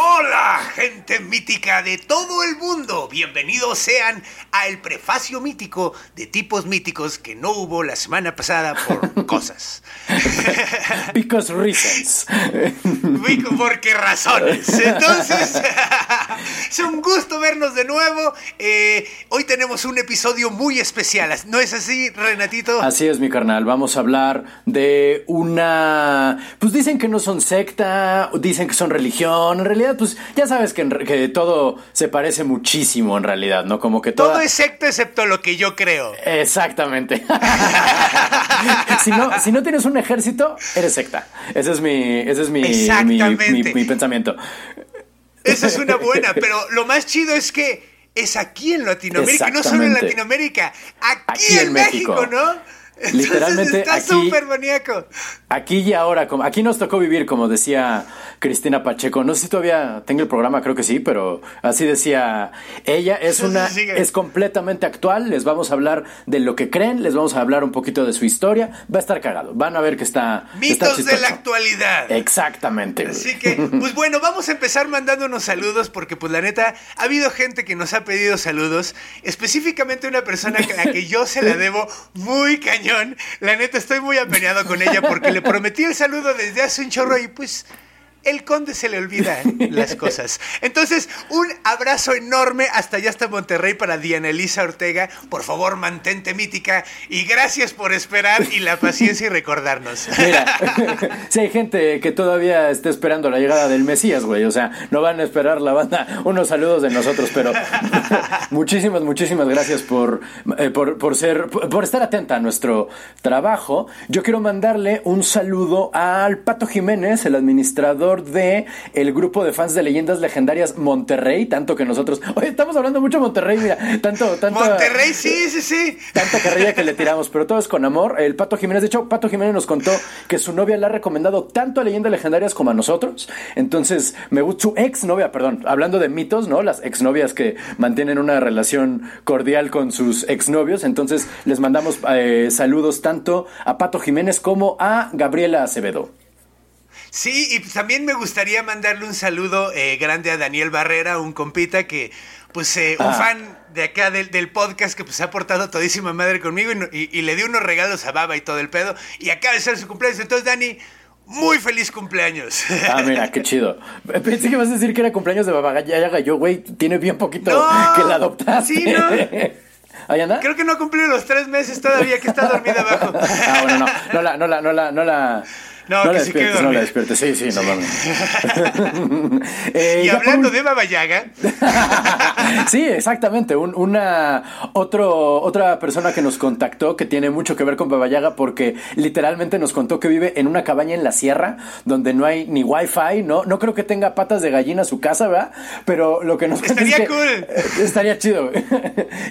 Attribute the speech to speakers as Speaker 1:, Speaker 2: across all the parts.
Speaker 1: Hola, gente mítica de todo el mundo. Bienvenidos sean a el prefacio mítico de tipos míticos que no hubo la semana pasada por cosas.
Speaker 2: Because reasons.
Speaker 1: ¿Por qué razones? Entonces, es un gusto vernos de nuevo. Eh, hoy tenemos un episodio muy especial. ¿No es así, Renatito?
Speaker 2: Así es, mi carnal. Vamos a hablar de una. Pues dicen que no son secta, dicen que son religión. En realidad, pues ya sabes que, en re- que todo se parece muchísimo en realidad, ¿no? Como que toda-
Speaker 1: Todo es secta excepto lo que yo creo.
Speaker 2: Exactamente. si, no, si no tienes un ejército, eres secta. Ese es mi, ese es mi, mi,
Speaker 1: Exactamente.
Speaker 2: mi- mi pensamiento.
Speaker 1: Esa es una buena, pero lo más chido es que es aquí en Latinoamérica, y no solo en
Speaker 2: Exactamente.
Speaker 1: Latinoamérica, aquí, en, México, ¿no? Entonces
Speaker 2: Literalmente
Speaker 1: está
Speaker 2: aquí-
Speaker 1: súper maníaco.
Speaker 2: Aquí y ahora, como, aquí nos tocó vivir, como decía Cristina Pacheco. No sé si todavía tengo el programa, creo que sí, pero así decía ella. Es
Speaker 1: Sí, sí,
Speaker 2: una,
Speaker 1: sigue.
Speaker 2: es completamente actual. Les vamos a hablar de lo que creen, les vamos a hablar un poquito de su historia. Va a estar cagado. Van a ver que está. está
Speaker 1: Mitos de
Speaker 2: chistoso.
Speaker 1: la actualidad.
Speaker 2: Exactamente. güey.
Speaker 1: Así que, pues bueno, vamos a empezar mandándonos saludos porque pues la neta ha habido gente que nos ha pedido saludos, específicamente una persona a la que yo se la debo muy cañón. La neta estoy muy apeneado con ella porque le prometí el saludo desde hace un chorro y pues el conde se le olvidan las cosas. Entonces, un abrazo enorme hasta allá hasta Monterrey para Diana Elisa Ortega. Por favor, mantente mítica y gracias por esperar y la paciencia y recordarnos.
Speaker 2: Mira, si hay gente que todavía está esperando la llegada del Mesías, güey, o sea, no van a esperar la banda unos saludos de nosotros, pero muchísimas, muchísimas gracias por, eh, por, por ser, por, por estar atenta a nuestro trabajo. Yo quiero mandarle un saludo al Pato Jiménez, el administrador de el grupo de fans de leyendas legendarias Monterrey, tanto que nosotros, oye, estamos hablando mucho de Monterrey, mira, tanto, tanto.
Speaker 1: Monterrey, sí, sí, sí.
Speaker 2: Tanta carrilla que le tiramos, pero todo es con amor. El Pato Jiménez, de hecho, Pato Jiménez nos contó que su novia le ha recomendado tanto a leyendas legendarias como a nosotros. Entonces, me gusta su ex novia, perdón, hablando de mitos, ¿no? Las exnovias que mantienen una relación cordial con sus exnovios. Entonces, les mandamos eh, saludos tanto a Pato Jiménez como a Gabriela Acevedo.
Speaker 1: Sí, y pues también me gustaría mandarle un saludo eh, grande a Daniel Barrera, un compita que, pues, eh, un
Speaker 2: Ah.
Speaker 1: fan de acá del, del podcast que pues se ha portado todísima madre conmigo y, no- y- y le dio unos regalos a Baba y todo el pedo. Y acaba de ser su cumpleaños. Entonces, Dani, muy feliz cumpleaños.
Speaker 2: Ah, mira, qué chido. Eh, Pensé que ibas a decir que era cumpleaños de Babagaya yo, güey. Tiene bien poquito
Speaker 1: No,
Speaker 2: que la adoptaste.
Speaker 1: sí, no.
Speaker 2: Ahí anda.
Speaker 1: Creo que no ha cumplido los tres meses todavía que está dormida abajo.
Speaker 2: Ah, bueno, no, no la, no la, no la, no la.
Speaker 1: No,
Speaker 2: la
Speaker 1: que sí quede
Speaker 2: despiertes, no la
Speaker 1: dormida.
Speaker 2: despiertes, sí, sí, no mames. Eh,
Speaker 1: y
Speaker 2: ya por
Speaker 1: hablando
Speaker 2: ul-
Speaker 1: de Baba Yaga,
Speaker 2: sí, exactamente. un- una otro, otra persona que nos contactó que tiene mucho que ver con Babayaga porque literalmente nos contó que vive en una cabaña en la sierra donde no hay ni wifi, no, no creo que tenga patas de gallina su casa, ¿verdad? Pero lo que nos cuenta
Speaker 1: Estaría
Speaker 2: es que-
Speaker 1: cool.
Speaker 2: eh, Estaría chido. güey.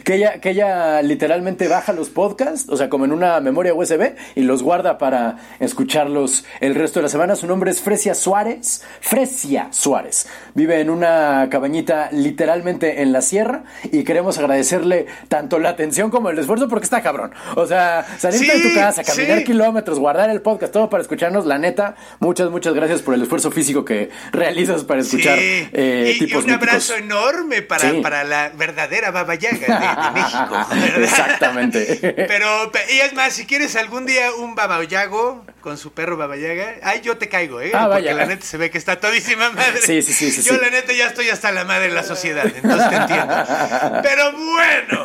Speaker 2: que ella, que ella literalmente baja los podcasts, o sea, como en una memoria USB y los guarda para escucharlos el resto de la semana. Su nombre es Fresia Suárez. Fresia Suárez. Vive en una cabañita literalmente en la sierra y queremos agradecerle tanto la atención como el esfuerzo porque está cabrón. O sea, salirte
Speaker 1: Sí,
Speaker 2: de tu casa, caminar
Speaker 1: sí.
Speaker 2: kilómetros, guardar el podcast, todo para escucharnos. La neta, muchas, muchas gracias por el esfuerzo físico que realizas para escuchar
Speaker 1: sí.
Speaker 2: eh,
Speaker 1: y, y
Speaker 2: tipos
Speaker 1: un abrazo
Speaker 2: míticos.
Speaker 1: enorme para,
Speaker 2: Sí.
Speaker 1: para la verdadera Baba Yaga de, de México. ¿verdad?
Speaker 2: Exactamente.
Speaker 1: Pero, pe- y es más, si quieres algún día un babayago con su perro babayaga, ay, yo te caigo, ¿eh?
Speaker 2: Ah,
Speaker 1: Porque
Speaker 2: vaya.
Speaker 1: la neta se ve que está todísima madre.
Speaker 2: Sí, sí, sí, sí,
Speaker 1: Yo,
Speaker 2: sí.
Speaker 1: la neta, ya estoy hasta la madre en la sociedad, entonces te entiendo. Pero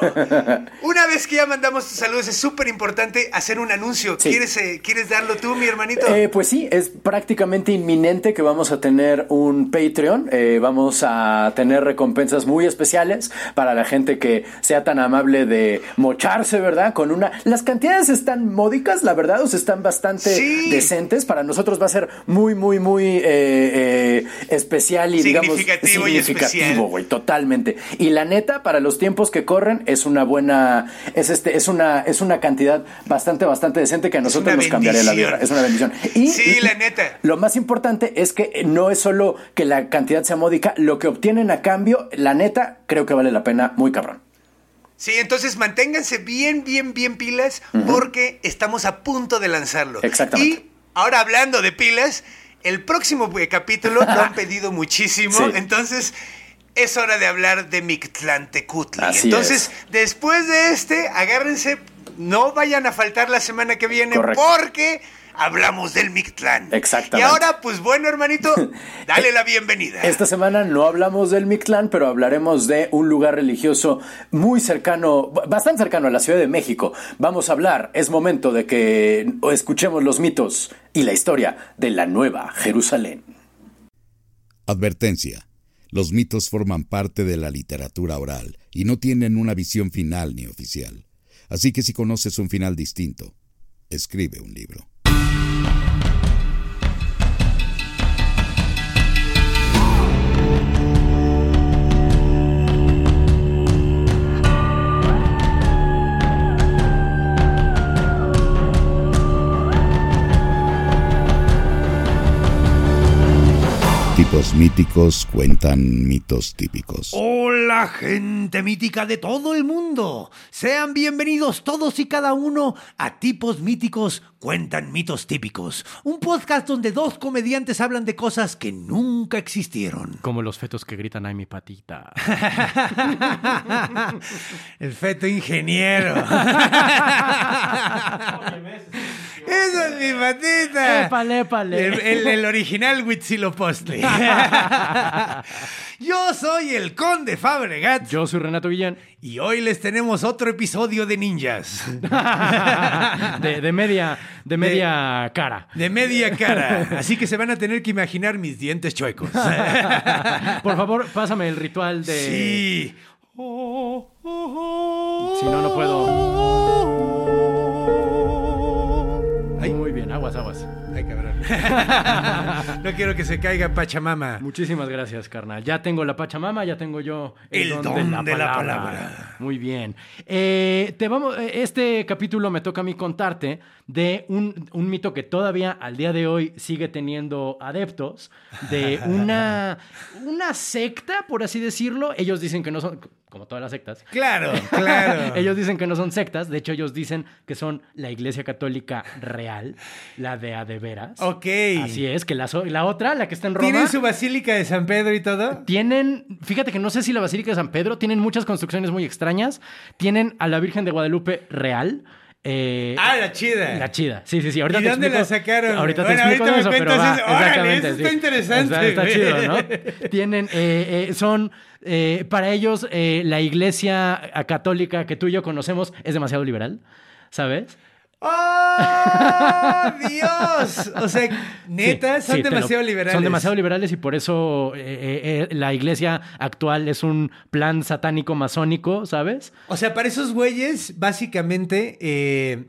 Speaker 1: bueno, una vez que ya mandamos tus saludos, es súper importante hacer un anuncio.
Speaker 2: Sí.
Speaker 1: ¿Quieres, eh, ¿Quieres darlo tú, mi hermanito?
Speaker 2: Eh, pues sí, es prácticamente inminente que vamos a tener un Patreon. Eh, vamos a tener recompensas muy especiales para la gente que sea tan amable de mocharse, ¿verdad? Con una. Las cantidades están módicas, la verdad, o sea, están bastante
Speaker 1: Sí,
Speaker 3: Sí.
Speaker 2: decentes, para nosotros va a ser muy, muy, muy eh, eh, especial y digamos
Speaker 3: Significativo y especial.
Speaker 2: significativo, güey, totalmente. Y la neta, para los tiempos que corren, es una buena, es este, es una, es una cantidad bastante, bastante decente que a nosotros
Speaker 3: una
Speaker 2: nos cambiaría la
Speaker 3: bendición.
Speaker 2: vida. Es una bendición. Y
Speaker 3: Sí, la neta.
Speaker 2: Lo más importante es que no es solo que la cantidad sea módica, lo que obtienen a cambio, la neta, creo que vale la pena muy cabrón.
Speaker 3: Sí, entonces manténganse bien, bien, bien pilas porque estamos a punto de lanzarlo.
Speaker 2: Exactamente.
Speaker 3: Y ahora hablando de pilas, el próximo eh, capítulo lo han pedido muchísimo,
Speaker 2: Sí.
Speaker 3: entonces es hora de hablar de Mictlantecutli.
Speaker 2: Así
Speaker 3: entonces, después de este, agárrense, no vayan a faltar la semana que viene
Speaker 2: Correcto.
Speaker 3: porque hablamos del Mictlán.
Speaker 2: Exactamente.
Speaker 3: Y ahora, pues bueno, hermanito, dale la bienvenida.
Speaker 2: Esta semana no hablamos del Mictlán, pero hablaremos de un lugar religioso muy cercano, b- bastante cercano a la Ciudad de México. Vamos a hablar, es momento de que escuchemos los mitos y la historia de la Nueva Jerusalén.
Speaker 4: Advertencia. Los mitos forman parte de la literatura oral y no tienen una visión final ni oficial. Así que si conoces un final distinto, escribe un libro. Tipos míticos cuentan mitos típicos.
Speaker 1: Hola gente mítica de todo el mundo. Sean bienvenidos todos y cada uno a Tipos Míticos Cuentan Mitos Típicos. Un podcast donde dos comediantes hablan de cosas que nunca existieron.
Speaker 5: Como los fetos que gritan, ay, mi patita.
Speaker 1: el feto ingeniero. Esa es mi patita.
Speaker 5: Épale, épale.
Speaker 1: El, el- el original Huitzilopochtli. Yo soy el conde Fabregat.
Speaker 5: Yo soy Renato Guillén.
Speaker 1: Y hoy les tenemos otro episodio de ninjas.
Speaker 5: De, de media, de media cara.
Speaker 1: De media cara. Así que se van a tener que imaginar mis dientes chuecos.
Speaker 5: Por favor, pásame el ritual de.
Speaker 1: Sí.
Speaker 5: Si no, no
Speaker 1: puedo. Ay,
Speaker 5: Muy bien, aguas, aguas.
Speaker 1: ay, cabrón. No quiero que se caiga Pachamama.
Speaker 5: Muchísimas gracias, carnal. Ya tengo la Pachamama, ya tengo yo
Speaker 1: El don de la palabra.
Speaker 5: Muy bien. Eh, te vamos, eh, este capítulo me toca a mí contarte de un, un mito que todavía al día de hoy sigue teniendo adeptos, de una, una secta, por así decirlo. Ellos dicen que no son, como todas las sectas,
Speaker 1: Claro, claro.
Speaker 5: ellos dicen que no son sectas, de hecho ellos dicen que son la Iglesia Católica Real, la de a de veras.
Speaker 1: Ok.
Speaker 5: Así es, que la, so- la otra, la que está en Roma.
Speaker 1: ¿Tienen su basílica de San Pedro y todo?
Speaker 5: Tienen, fíjate que no sé si la Basílica de San Pedro, tienen muchas construcciones muy extrañas. Tienen a la Virgen de Guadalupe real. eh,
Speaker 1: Ah, la chida.
Speaker 5: La chida. Sí, sí, sí. Ahorita
Speaker 1: ¿Y
Speaker 5: te
Speaker 1: dónde
Speaker 5: explico-
Speaker 1: la sacaron?
Speaker 5: Ahorita te
Speaker 1: Bueno,
Speaker 5: explico
Speaker 1: ahorita
Speaker 5: de eso,
Speaker 1: me
Speaker 5: pero
Speaker 1: cuentas
Speaker 5: va,
Speaker 1: eso. Órale,
Speaker 5: exactamente,
Speaker 1: eso está
Speaker 5: sí.
Speaker 1: interesante,
Speaker 5: Está,
Speaker 1: güey.
Speaker 5: chido, ¿no? Tienen, eh, eh, son, eh, para ellos, eh, la iglesia eh, católica que tú y yo conocemos es demasiado liberal, ¿sabes?
Speaker 1: ¡Oh, Dios! O sea, neta,
Speaker 5: Sí,
Speaker 1: son
Speaker 5: sí, te lo-
Speaker 1: demasiado liberales.
Speaker 5: Son demasiado liberales y por eso eh, eh, eh, la iglesia actual es un plan satánico masónico, ¿sabes?
Speaker 1: O sea, para esos güeyes, básicamente, eh,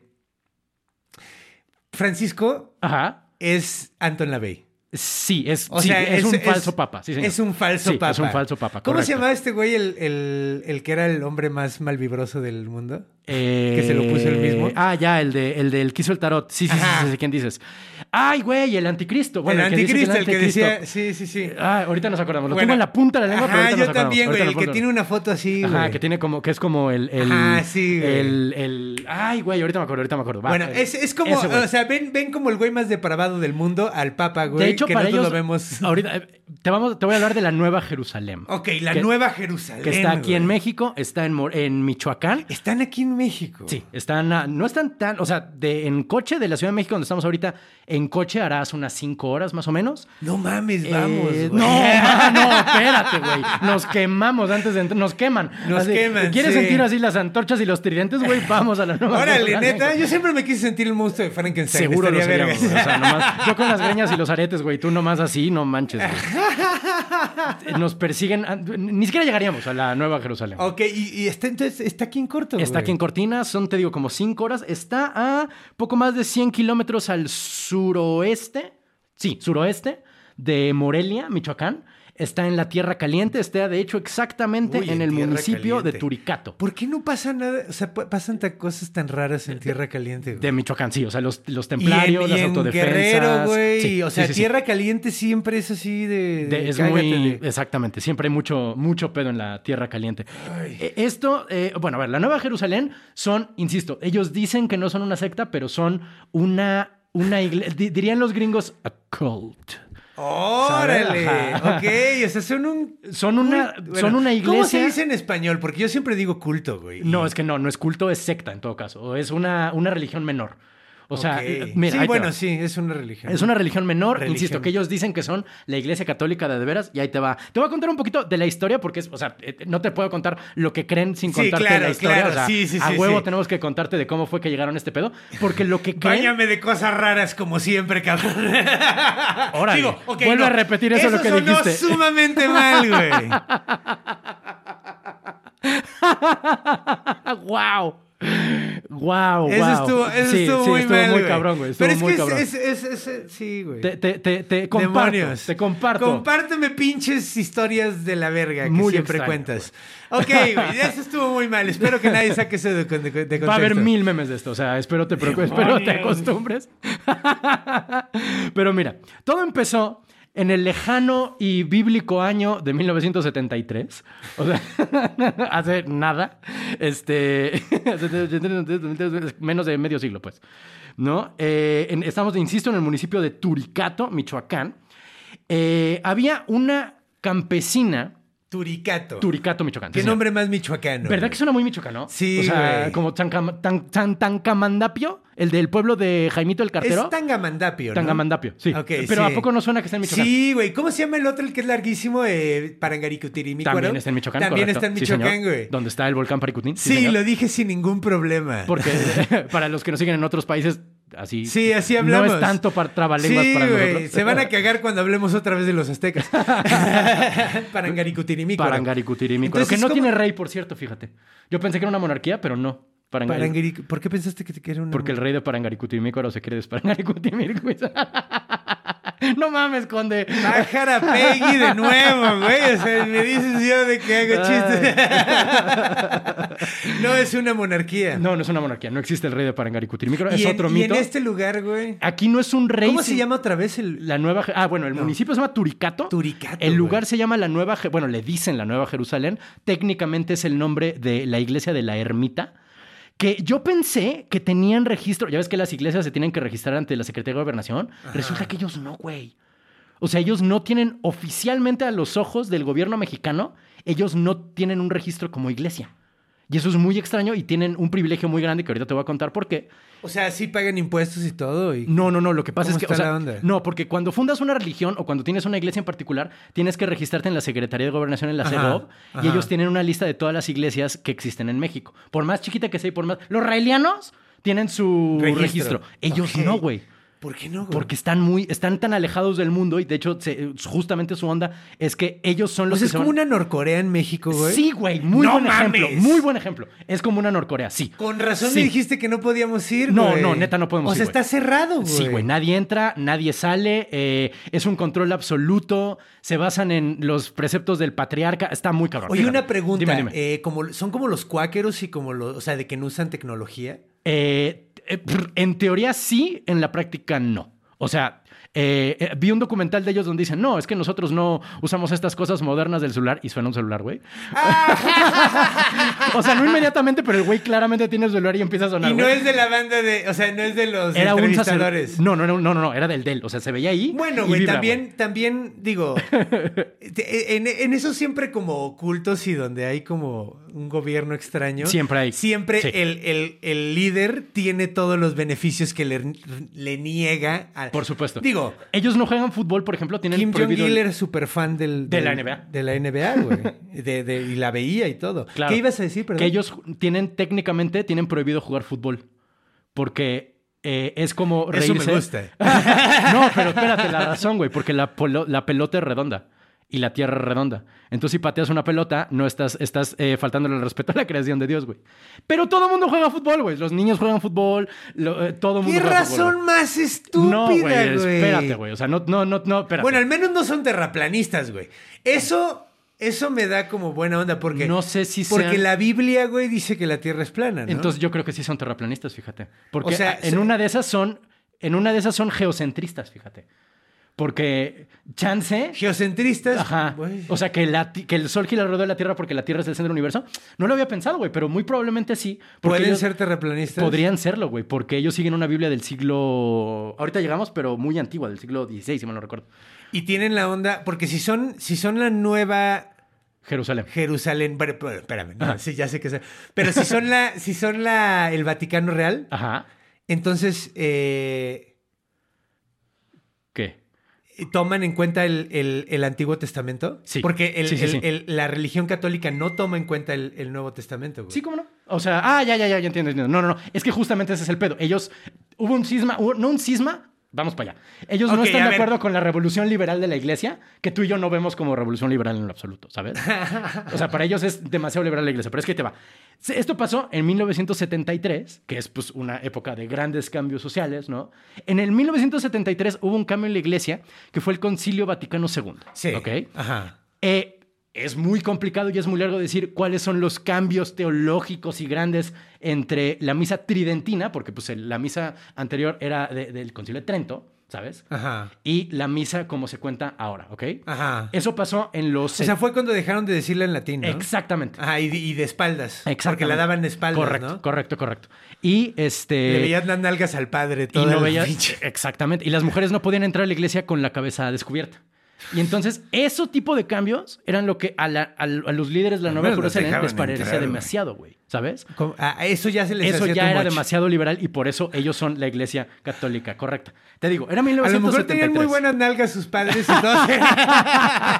Speaker 1: Francisco
Speaker 5: Ajá.
Speaker 1: es Anton LaVey.
Speaker 5: Sí, es,
Speaker 1: O
Speaker 5: sí,
Speaker 1: sea,
Speaker 5: es, un falso papa. sí, señor.
Speaker 1: Es un falso
Speaker 5: Sí,
Speaker 1: papa.
Speaker 5: Es un falso papa.
Speaker 1: ¿Cómo se
Speaker 5: correcto.
Speaker 1: llamaba este güey, el, el- el que era el hombre más malvibroso del mundo?
Speaker 5: Eh,
Speaker 1: que se lo puso él mismo.
Speaker 5: Ah, ya, el de el del que hizo el tarot. Sí, sí, sí,
Speaker 1: Ajá.
Speaker 5: sí, sí, ¿quién dices? Ay, güey, el anticristo. Bueno,
Speaker 1: el
Speaker 5: que dice que
Speaker 1: anticristo, el que
Speaker 5: anticristo.
Speaker 1: decía. Sí, sí, sí.
Speaker 5: Ah, ahorita nos acordamos. Lo
Speaker 1: Bueno,
Speaker 5: tengo en la punta de la lengua, pero
Speaker 1: ajá,
Speaker 5: ahorita
Speaker 1: yo
Speaker 5: nos acordamos.
Speaker 1: también, güey.
Speaker 5: ahorita
Speaker 1: El
Speaker 5: nos
Speaker 1: que
Speaker 5: acordamos.
Speaker 1: tiene una foto así,
Speaker 5: Ajá,
Speaker 1: güey.
Speaker 5: que tiene como, que es como el. el
Speaker 1: Ajá, sí, güey.
Speaker 5: el, el- Ay, güey, ahorita me acuerdo, ahorita me acuerdo. Va,
Speaker 1: Bueno,
Speaker 5: eh,
Speaker 1: es, es como,
Speaker 5: ese güey.
Speaker 1: o sea, ven, ven como el güey más depravado del mundo al Papa, güey.
Speaker 5: de hecho,
Speaker 1: que
Speaker 5: para
Speaker 1: nosotros
Speaker 5: ellos.
Speaker 1: lo vemos.
Speaker 5: Ahorita eh, te, vamos, te voy a hablar de la Nueva Jerusalén.
Speaker 1: Ok, la
Speaker 5: que-
Speaker 1: Nueva Jerusalén.
Speaker 5: Que está aquí en
Speaker 1: güey.
Speaker 5: México, está en, Mor- en Michoacán.
Speaker 1: Están aquí en México.
Speaker 5: Sí, están, a- no están tan, o sea, de, en coche de la Ciudad de México, donde estamos ahorita, en coche harás unas cinco horas más o menos.
Speaker 1: No mames,
Speaker 5: Eh,
Speaker 1: vamos. güey.
Speaker 5: no, ma, no, espérate, güey. Nos quemamos antes de entrar, nos queman.
Speaker 1: Nos queman,
Speaker 5: ¿Quieres
Speaker 1: sí.
Speaker 5: sentir así las antorchas y los tridentes, güey? Vamos a la nueva.
Speaker 1: Órale,
Speaker 5: Jerusalén,
Speaker 1: neta.
Speaker 5: güey.
Speaker 1: Yo siempre me quise sentir el monstruo de Frankenstein.
Speaker 5: Seguro lo
Speaker 1: estaría
Speaker 5: seríamos, güey.
Speaker 1: verga.
Speaker 5: O sea, nomás- yo con las greñas y los aretes, güey. Tú nomás así, no manches, güey. Nos persiguen. an- Ni siquiera llegaríamos a la Nueva Jerusalén.
Speaker 1: Ok, y, y está, entonces, está aquí en corto.
Speaker 5: Está
Speaker 1: güey.
Speaker 5: aquí en Cortinas, son, te digo, como cinco horas. Está a poco más de 100 kilómetros al suroeste, sí, suroeste de Morelia, Michoacán. Está en la Tierra Caliente, está de hecho exactamente
Speaker 1: Uy,
Speaker 5: en
Speaker 1: en
Speaker 5: el
Speaker 1: Tierra
Speaker 5: municipio
Speaker 1: Caliente.
Speaker 5: de Turicato.
Speaker 1: ¿Por qué no pasa nada? O sea, pa- pasan tan cosas tan raras en Tierra Caliente. güey.
Speaker 5: De Michoacán, sí, o sea, los, los
Speaker 1: Y en-
Speaker 5: templarios,
Speaker 1: y
Speaker 5: las
Speaker 1: en
Speaker 5: autodefensas.
Speaker 1: Guerrero, güey.
Speaker 5: Sí,
Speaker 1: o
Speaker 5: sí,
Speaker 1: sea,
Speaker 5: sí, sí.
Speaker 1: Tierra Caliente siempre es así de.
Speaker 5: De-
Speaker 1: de
Speaker 5: es
Speaker 1: cágate
Speaker 5: muy.
Speaker 1: de-
Speaker 5: Exactamente. Siempre hay mucho, mucho pedo en la tierra caliente. Eh, Esto, eh, bueno, a ver, la Nueva Jerusalén son, insisto, ellos dicen que no son una secta, pero son una. Una iglesia, dirían los gringos, a cult.
Speaker 1: ¡Órale!
Speaker 5: Ajá.
Speaker 1: ok, o sea, son un.
Speaker 5: Son una-
Speaker 1: cult-
Speaker 5: son una
Speaker 1: ¿Cómo se
Speaker 5: iglesia-
Speaker 1: dice en español? Porque yo siempre digo culto, güey.
Speaker 5: No, es que no, no es culto, es secta en todo caso. O es una, una religión menor. O sea,
Speaker 1: Ok.
Speaker 5: mira, ahí
Speaker 1: sí,
Speaker 5: te
Speaker 1: bueno,
Speaker 5: va.
Speaker 1: sí, es una religión.
Speaker 5: Es una religión menor,
Speaker 1: Religión.
Speaker 5: insisto, que ellos dicen que son la iglesia católica de de veras, y ahí te va. Te voy a contar un poquito de la historia, porque es, o sea, eh, no te puedo contar lo que creen sin
Speaker 1: Sí,
Speaker 5: contarte
Speaker 1: claro,
Speaker 5: la historia.
Speaker 1: claro,
Speaker 5: o sea,
Speaker 1: sí, sí,
Speaker 5: a
Speaker 1: sí,
Speaker 5: huevo
Speaker 1: sí.
Speaker 5: tenemos que contarte de cómo fue que llegaron a este pedo, porque lo que creen.
Speaker 1: Báñame de cosas raras como siempre, cabrón.
Speaker 5: Órale.
Speaker 1: ok,
Speaker 5: Vuelve a repetir eso lo que
Speaker 1: sonó
Speaker 5: dijiste.
Speaker 1: sumamente mal, güey.
Speaker 5: Ah, ¡Wow! ¡Wow!
Speaker 1: Eso estuvo, eso
Speaker 5: sí,
Speaker 1: estuvo
Speaker 5: sí,
Speaker 1: muy
Speaker 5: estuvo
Speaker 1: mal,
Speaker 5: muy
Speaker 1: güey.
Speaker 5: cabrón, güey. Estuvo
Speaker 1: Pero es
Speaker 5: muy
Speaker 1: que
Speaker 5: cabrón.
Speaker 1: Es, es- es- es- sí, güey.
Speaker 5: Te, te, te, te comparto.
Speaker 1: Demonios.
Speaker 5: Te comparto.
Speaker 1: Compárteme pinches historias de la verga que
Speaker 5: Muy
Speaker 1: siempre
Speaker 5: extraño, pues.
Speaker 1: cuentas. Ok, güey, eso estuvo muy mal. Espero que nadie saque eso de, con- de contexto.
Speaker 5: Va a haber mil memes de esto, o sea, espero te, preocupes, espero te acostumbres. Pero mira, todo empezó en el lejano y bíblico año de 1973, o sea, hace nada, este, menos de medio siglo, pues, ¿no? Eh, en- estamos, insisto, en el municipio de Turicato, Michoacán. Eh, había una campesina,
Speaker 1: Turicato.
Speaker 5: Turicato, Michoacán. sí,
Speaker 1: Qué
Speaker 5: señor.
Speaker 1: nombre más michoacano.
Speaker 5: ¿Verdad
Speaker 1: güey.
Speaker 5: que suena muy michoacano?
Speaker 1: Sí,
Speaker 5: O sea,
Speaker 1: güey.
Speaker 5: como Tancam- Tan- Tan- Tancamandapio, el del pueblo de Jaimito el Cartero.
Speaker 1: Es Tangamandapio, ¿no?
Speaker 5: Tangamandapio, sí.
Speaker 1: Ok,
Speaker 5: Pero
Speaker 1: sí.
Speaker 5: ¿a poco no suena que está en Michoacán?
Speaker 1: Sí, güey. ¿Cómo se llama el otro, el que es larguísimo? Eh, Parangaricutirimícuaro.
Speaker 5: También está en Michoacán,
Speaker 1: También
Speaker 5: correcto.
Speaker 1: está en
Speaker 5: Sí, señor.
Speaker 1: Michoacán, güey.
Speaker 5: ¿Dónde está el volcán Paricutín?
Speaker 1: Sí,
Speaker 5: señor.
Speaker 1: lo dije sin ningún problema.
Speaker 5: Porque para los que nos siguen en otros países, así...
Speaker 1: Sí, así hablamos.
Speaker 5: No es tanto para trabalenguas
Speaker 1: sí,
Speaker 5: para
Speaker 1: güey,
Speaker 5: nosotros.
Speaker 1: Se van a cagar cuando hablemos otra vez de los aztecas. Parangaricutirimícuaro.
Speaker 5: Parangaricutirimícuaro, que
Speaker 1: Entonces,
Speaker 5: no
Speaker 1: ¿cómo-
Speaker 5: tiene rey, por cierto, fíjate. Yo pensé que era una monarquía, pero no. Parangari-
Speaker 1: Parangaric- ¿Por qué pensaste que te era una...
Speaker 5: Porque el rey de Parangaricutirimícuaro se quiere desparangaricutirimícuaro. no mames, conde.
Speaker 1: Pájara Peggy de nuevo, güey. O sea, me dices yo de que hago chistes. no es una monarquía.
Speaker 5: No, no es una monarquía, no existe el rey de Parangaricutirimícuaro, es
Speaker 1: y en,
Speaker 5: otro
Speaker 1: y en
Speaker 5: mito. Ah,
Speaker 1: este lugar, güey.
Speaker 5: Aquí no es un rey.
Speaker 1: ¿Cómo se
Speaker 5: sin-
Speaker 1: llama otra vez el...
Speaker 5: La nueva. Je- Ah, bueno, el municipio se llama Turicato.
Speaker 1: Turicato,
Speaker 5: El lugar
Speaker 1: güey.
Speaker 5: se llama la nueva. Je- Bueno, le dicen la nueva Jerusalén. Técnicamente es el nombre de la iglesia de la ermita. Que yo pensé que tenían registro. Ya ves que las iglesias se tienen que registrar ante la Secretaría de Gobernación. Resulta que ellos no, güey. O sea, ellos no tienen oficialmente a los ojos del gobierno mexicano, ellos no tienen un registro como iglesia. Y eso es muy extraño y tienen un privilegio muy grande que ahorita te voy a contar por qué.
Speaker 1: O sea, sí pagan impuestos y todo. Y...
Speaker 5: No, no, no. Lo que pasa
Speaker 1: ¿Cómo
Speaker 5: es que.
Speaker 1: está
Speaker 5: o sea,
Speaker 1: la onda?
Speaker 5: No, porque cuando fundas una religión o cuando tienes una iglesia en particular, tienes que registrarte en la Secretaría de Gobernación en la
Speaker 1: Ajá,
Speaker 5: CEGOB y
Speaker 1: ajá.
Speaker 5: ellos tienen una lista de todas las iglesias que existen en México. Por más chiquita que sea y por más. Los raelianos tienen su registro.
Speaker 1: Registro.
Speaker 5: Ellos
Speaker 1: Ok.
Speaker 5: no, güey.
Speaker 1: ¿Por qué no, güey?
Speaker 5: Porque están muy, están tan alejados del mundo y de hecho se- justamente su onda es que ellos son los
Speaker 1: Pues
Speaker 5: que
Speaker 1: es
Speaker 5: se
Speaker 1: como
Speaker 5: van-
Speaker 1: una Norcorea en México, güey.
Speaker 5: Sí, güey, muy
Speaker 1: ¡No
Speaker 5: buen
Speaker 1: mames!
Speaker 5: ejemplo, muy buen ejemplo. Es como una Norcorea, sí.
Speaker 1: Con razón
Speaker 5: Sí.
Speaker 1: me dijiste que no podíamos ir,
Speaker 5: No,
Speaker 1: güey.
Speaker 5: no, neta, no podemos
Speaker 1: O sea,
Speaker 5: ir, güey.
Speaker 1: está cerrado, güey.
Speaker 5: Sí, güey, nadie entra, nadie sale, eh, es un control absoluto, se basan en los preceptos del patriarca, está muy cabrón.
Speaker 1: Oye,
Speaker 5: fíjate.
Speaker 1: una pregunta.
Speaker 5: Dime, dime.
Speaker 1: eh, como, ¿Son como los cuáqueros y como los... O sea, de que no usan tecnología?
Speaker 5: Eh, eh, prr, en teoría sí, en la práctica no. O sea, eh, eh, vi un documental de ellos donde dicen, no, es que nosotros no usamos estas cosas modernas del celular y suena un celular, güey. o sea, no inmediatamente, pero el güey claramente tiene el celular y empieza a sonar.
Speaker 1: Ah. y no
Speaker 5: güey.
Speaker 1: es de la banda de... O sea, no es de los
Speaker 5: era un sacerdote.
Speaker 1: entrevistadores.
Speaker 5: No, no, no, no, no, no, era del del. O sea, se veía ahí.
Speaker 1: Bueno,
Speaker 5: y
Speaker 1: güey,
Speaker 5: vibra,
Speaker 1: también, también, digo, te- e, en, en eso siempre como cultos y donde hay como un gobierno extraño.
Speaker 5: Siempre hay.
Speaker 1: Siempre
Speaker 5: Sí.
Speaker 1: el, el- el líder tiene todos los beneficios que le, le niega al.
Speaker 5: Por supuesto.
Speaker 1: Digo,
Speaker 5: Ellos no juegan fútbol, por ejemplo, tienen
Speaker 1: Kim
Speaker 5: prohibido el-
Speaker 1: Jong-il era súper fan del,
Speaker 5: De la
Speaker 1: del-
Speaker 5: NBA.
Speaker 1: De la NBA, güey. De- de- y la veía y todo.
Speaker 5: Claro.
Speaker 1: ¿Qué ibas a decir, perdón?
Speaker 5: Que ellos ju- tienen, técnicamente, tienen prohibido jugar fútbol. Porque eh, es como
Speaker 1: Eso
Speaker 5: reírse.
Speaker 1: me gusta.
Speaker 5: no, pero espérate, la razón, güey. Porque la, polo- la pelota es redonda. y la tierra es redonda. Entonces, si pateas una pelota, no estás, estás eh, faltándole el respeto a la creación de Dios, güey. Pero todo el mundo juega fútbol, güey. Los niños juegan fútbol, lo- eh, todo el mundo
Speaker 1: ¿Qué
Speaker 5: juega
Speaker 1: razón
Speaker 5: fútbol,
Speaker 1: más
Speaker 5: güey.
Speaker 1: estúpida,
Speaker 5: No,
Speaker 1: güey?
Speaker 5: güey, espérate, güey. O sea, no, no, no, no, espérate.
Speaker 1: Bueno, al menos no son terraplanistas, güey. Eso, eso me da como buena onda porque...
Speaker 5: No sé si
Speaker 1: Porque
Speaker 5: sean-
Speaker 1: la Biblia, güey, dice que la Tierra es plana, ¿no?
Speaker 5: Entonces yo creo que sí son terraplanistas, fíjate. Porque
Speaker 1: O sea,
Speaker 5: a- en
Speaker 1: se-
Speaker 5: una de esas son, en una de esas son geocentristas, fíjate. Porque chance.
Speaker 1: Geocentristas...
Speaker 5: Ajá.
Speaker 1: güey.
Speaker 5: O sea, que, la ti- que el sol gira alrededor de la Tierra porque la Tierra es el centro del universo. No lo había pensado, güey, pero muy probablemente sí. Porque
Speaker 1: ¿Pueden
Speaker 5: ellos-
Speaker 1: ser terraplanistas?
Speaker 5: Podrían serlo, güey, porque ellos siguen una Biblia del siglo. Ahorita llegamos, pero muy antigua, del siglo XVI, si mal no recuerdo.
Speaker 1: Y tienen la onda... Porque si son, si son la nueva...
Speaker 5: Jerusalén.
Speaker 1: Jerusalén, pero, pero, espérame, no, sí, ya sé que es. Pero si son la, si son la, el Vaticano Real,
Speaker 5: Ajá.
Speaker 1: entonces eh,
Speaker 5: ¿Qué?
Speaker 1: toman en cuenta el, el- el Antiguo Testamento.
Speaker 5: Sí.
Speaker 1: Porque el-
Speaker 5: Sí, sí,
Speaker 1: el-
Speaker 5: sí.
Speaker 1: el- la religión católica no toma en cuenta el, el Nuevo Testamento. güey.
Speaker 5: Sí, cómo no. O sea, ah, ya, ya, ya, ya entiendo, entiendo. No, no, no. Es que justamente ese es el pedo. Ellos, hubo un cisma, hubo- no un cisma, vamos para allá. Ellos no
Speaker 1: Ok,
Speaker 5: están
Speaker 1: a
Speaker 5: de
Speaker 1: ver.
Speaker 5: acuerdo con la revolución liberal de la iglesia, que tú y yo no vemos como revolución liberal en lo absoluto, ¿sabes? O sea, para ellos es demasiado liberal la iglesia, pero es que te va. Se- Esto pasó en 1973, que es pues una época de grandes cambios sociales, ¿no? En el 1973 hubo un cambio en la iglesia, que fue el Concilio Vaticano II.
Speaker 1: Sí.
Speaker 5: ¿Ok?
Speaker 1: Ajá.
Speaker 5: Eh, es muy complicado y es muy largo decir cuáles son los cambios teológicos y grandes entre la misa tridentina, porque pues, el- la misa anterior era de- del Concilio de Trento, ¿sabes?
Speaker 1: Ajá.
Speaker 5: Y la misa como se cuenta ahora, ¿ok?
Speaker 1: Ajá.
Speaker 5: Eso pasó en los...
Speaker 1: O sea, Ah. fue cuando dejaron de decirla en latín. ¿no?
Speaker 5: Exactamente.
Speaker 1: Ajá, y, de- y de espaldas. Porque
Speaker 5: Exactamente.
Speaker 1: la daban de espaldas.
Speaker 5: Correcto,
Speaker 1: ¿no?
Speaker 5: correcto, correcto. Y
Speaker 1: Le
Speaker 5: este...
Speaker 1: veían las nalgas al padre.
Speaker 5: Y
Speaker 1: toda
Speaker 5: no
Speaker 1: la
Speaker 5: veía-
Speaker 1: pinche-
Speaker 5: Exactamente. Y las mujeres no podían entrar a la iglesia con la cabeza descubierta. Y entonces, ese tipo de cambios eran lo que a, la- a- a los líderes de la
Speaker 1: Al
Speaker 5: Nueva
Speaker 1: menos los
Speaker 5: Jerusalén
Speaker 1: dejaban
Speaker 5: les parecía
Speaker 1: entrar, güey.
Speaker 5: demasiado, güey. ¿Sabes?
Speaker 1: Como- ah, eso ya se les
Speaker 5: Eso
Speaker 1: hacía
Speaker 5: ya
Speaker 1: too
Speaker 5: era
Speaker 1: much.
Speaker 5: demasiado liberal y por eso ellos son la iglesia católica, correcta. Te digo,
Speaker 1: A
Speaker 5: era
Speaker 1: lo mejor
Speaker 5: 1973.
Speaker 1: tenían muy buenas nalgas sus padres. Entonces...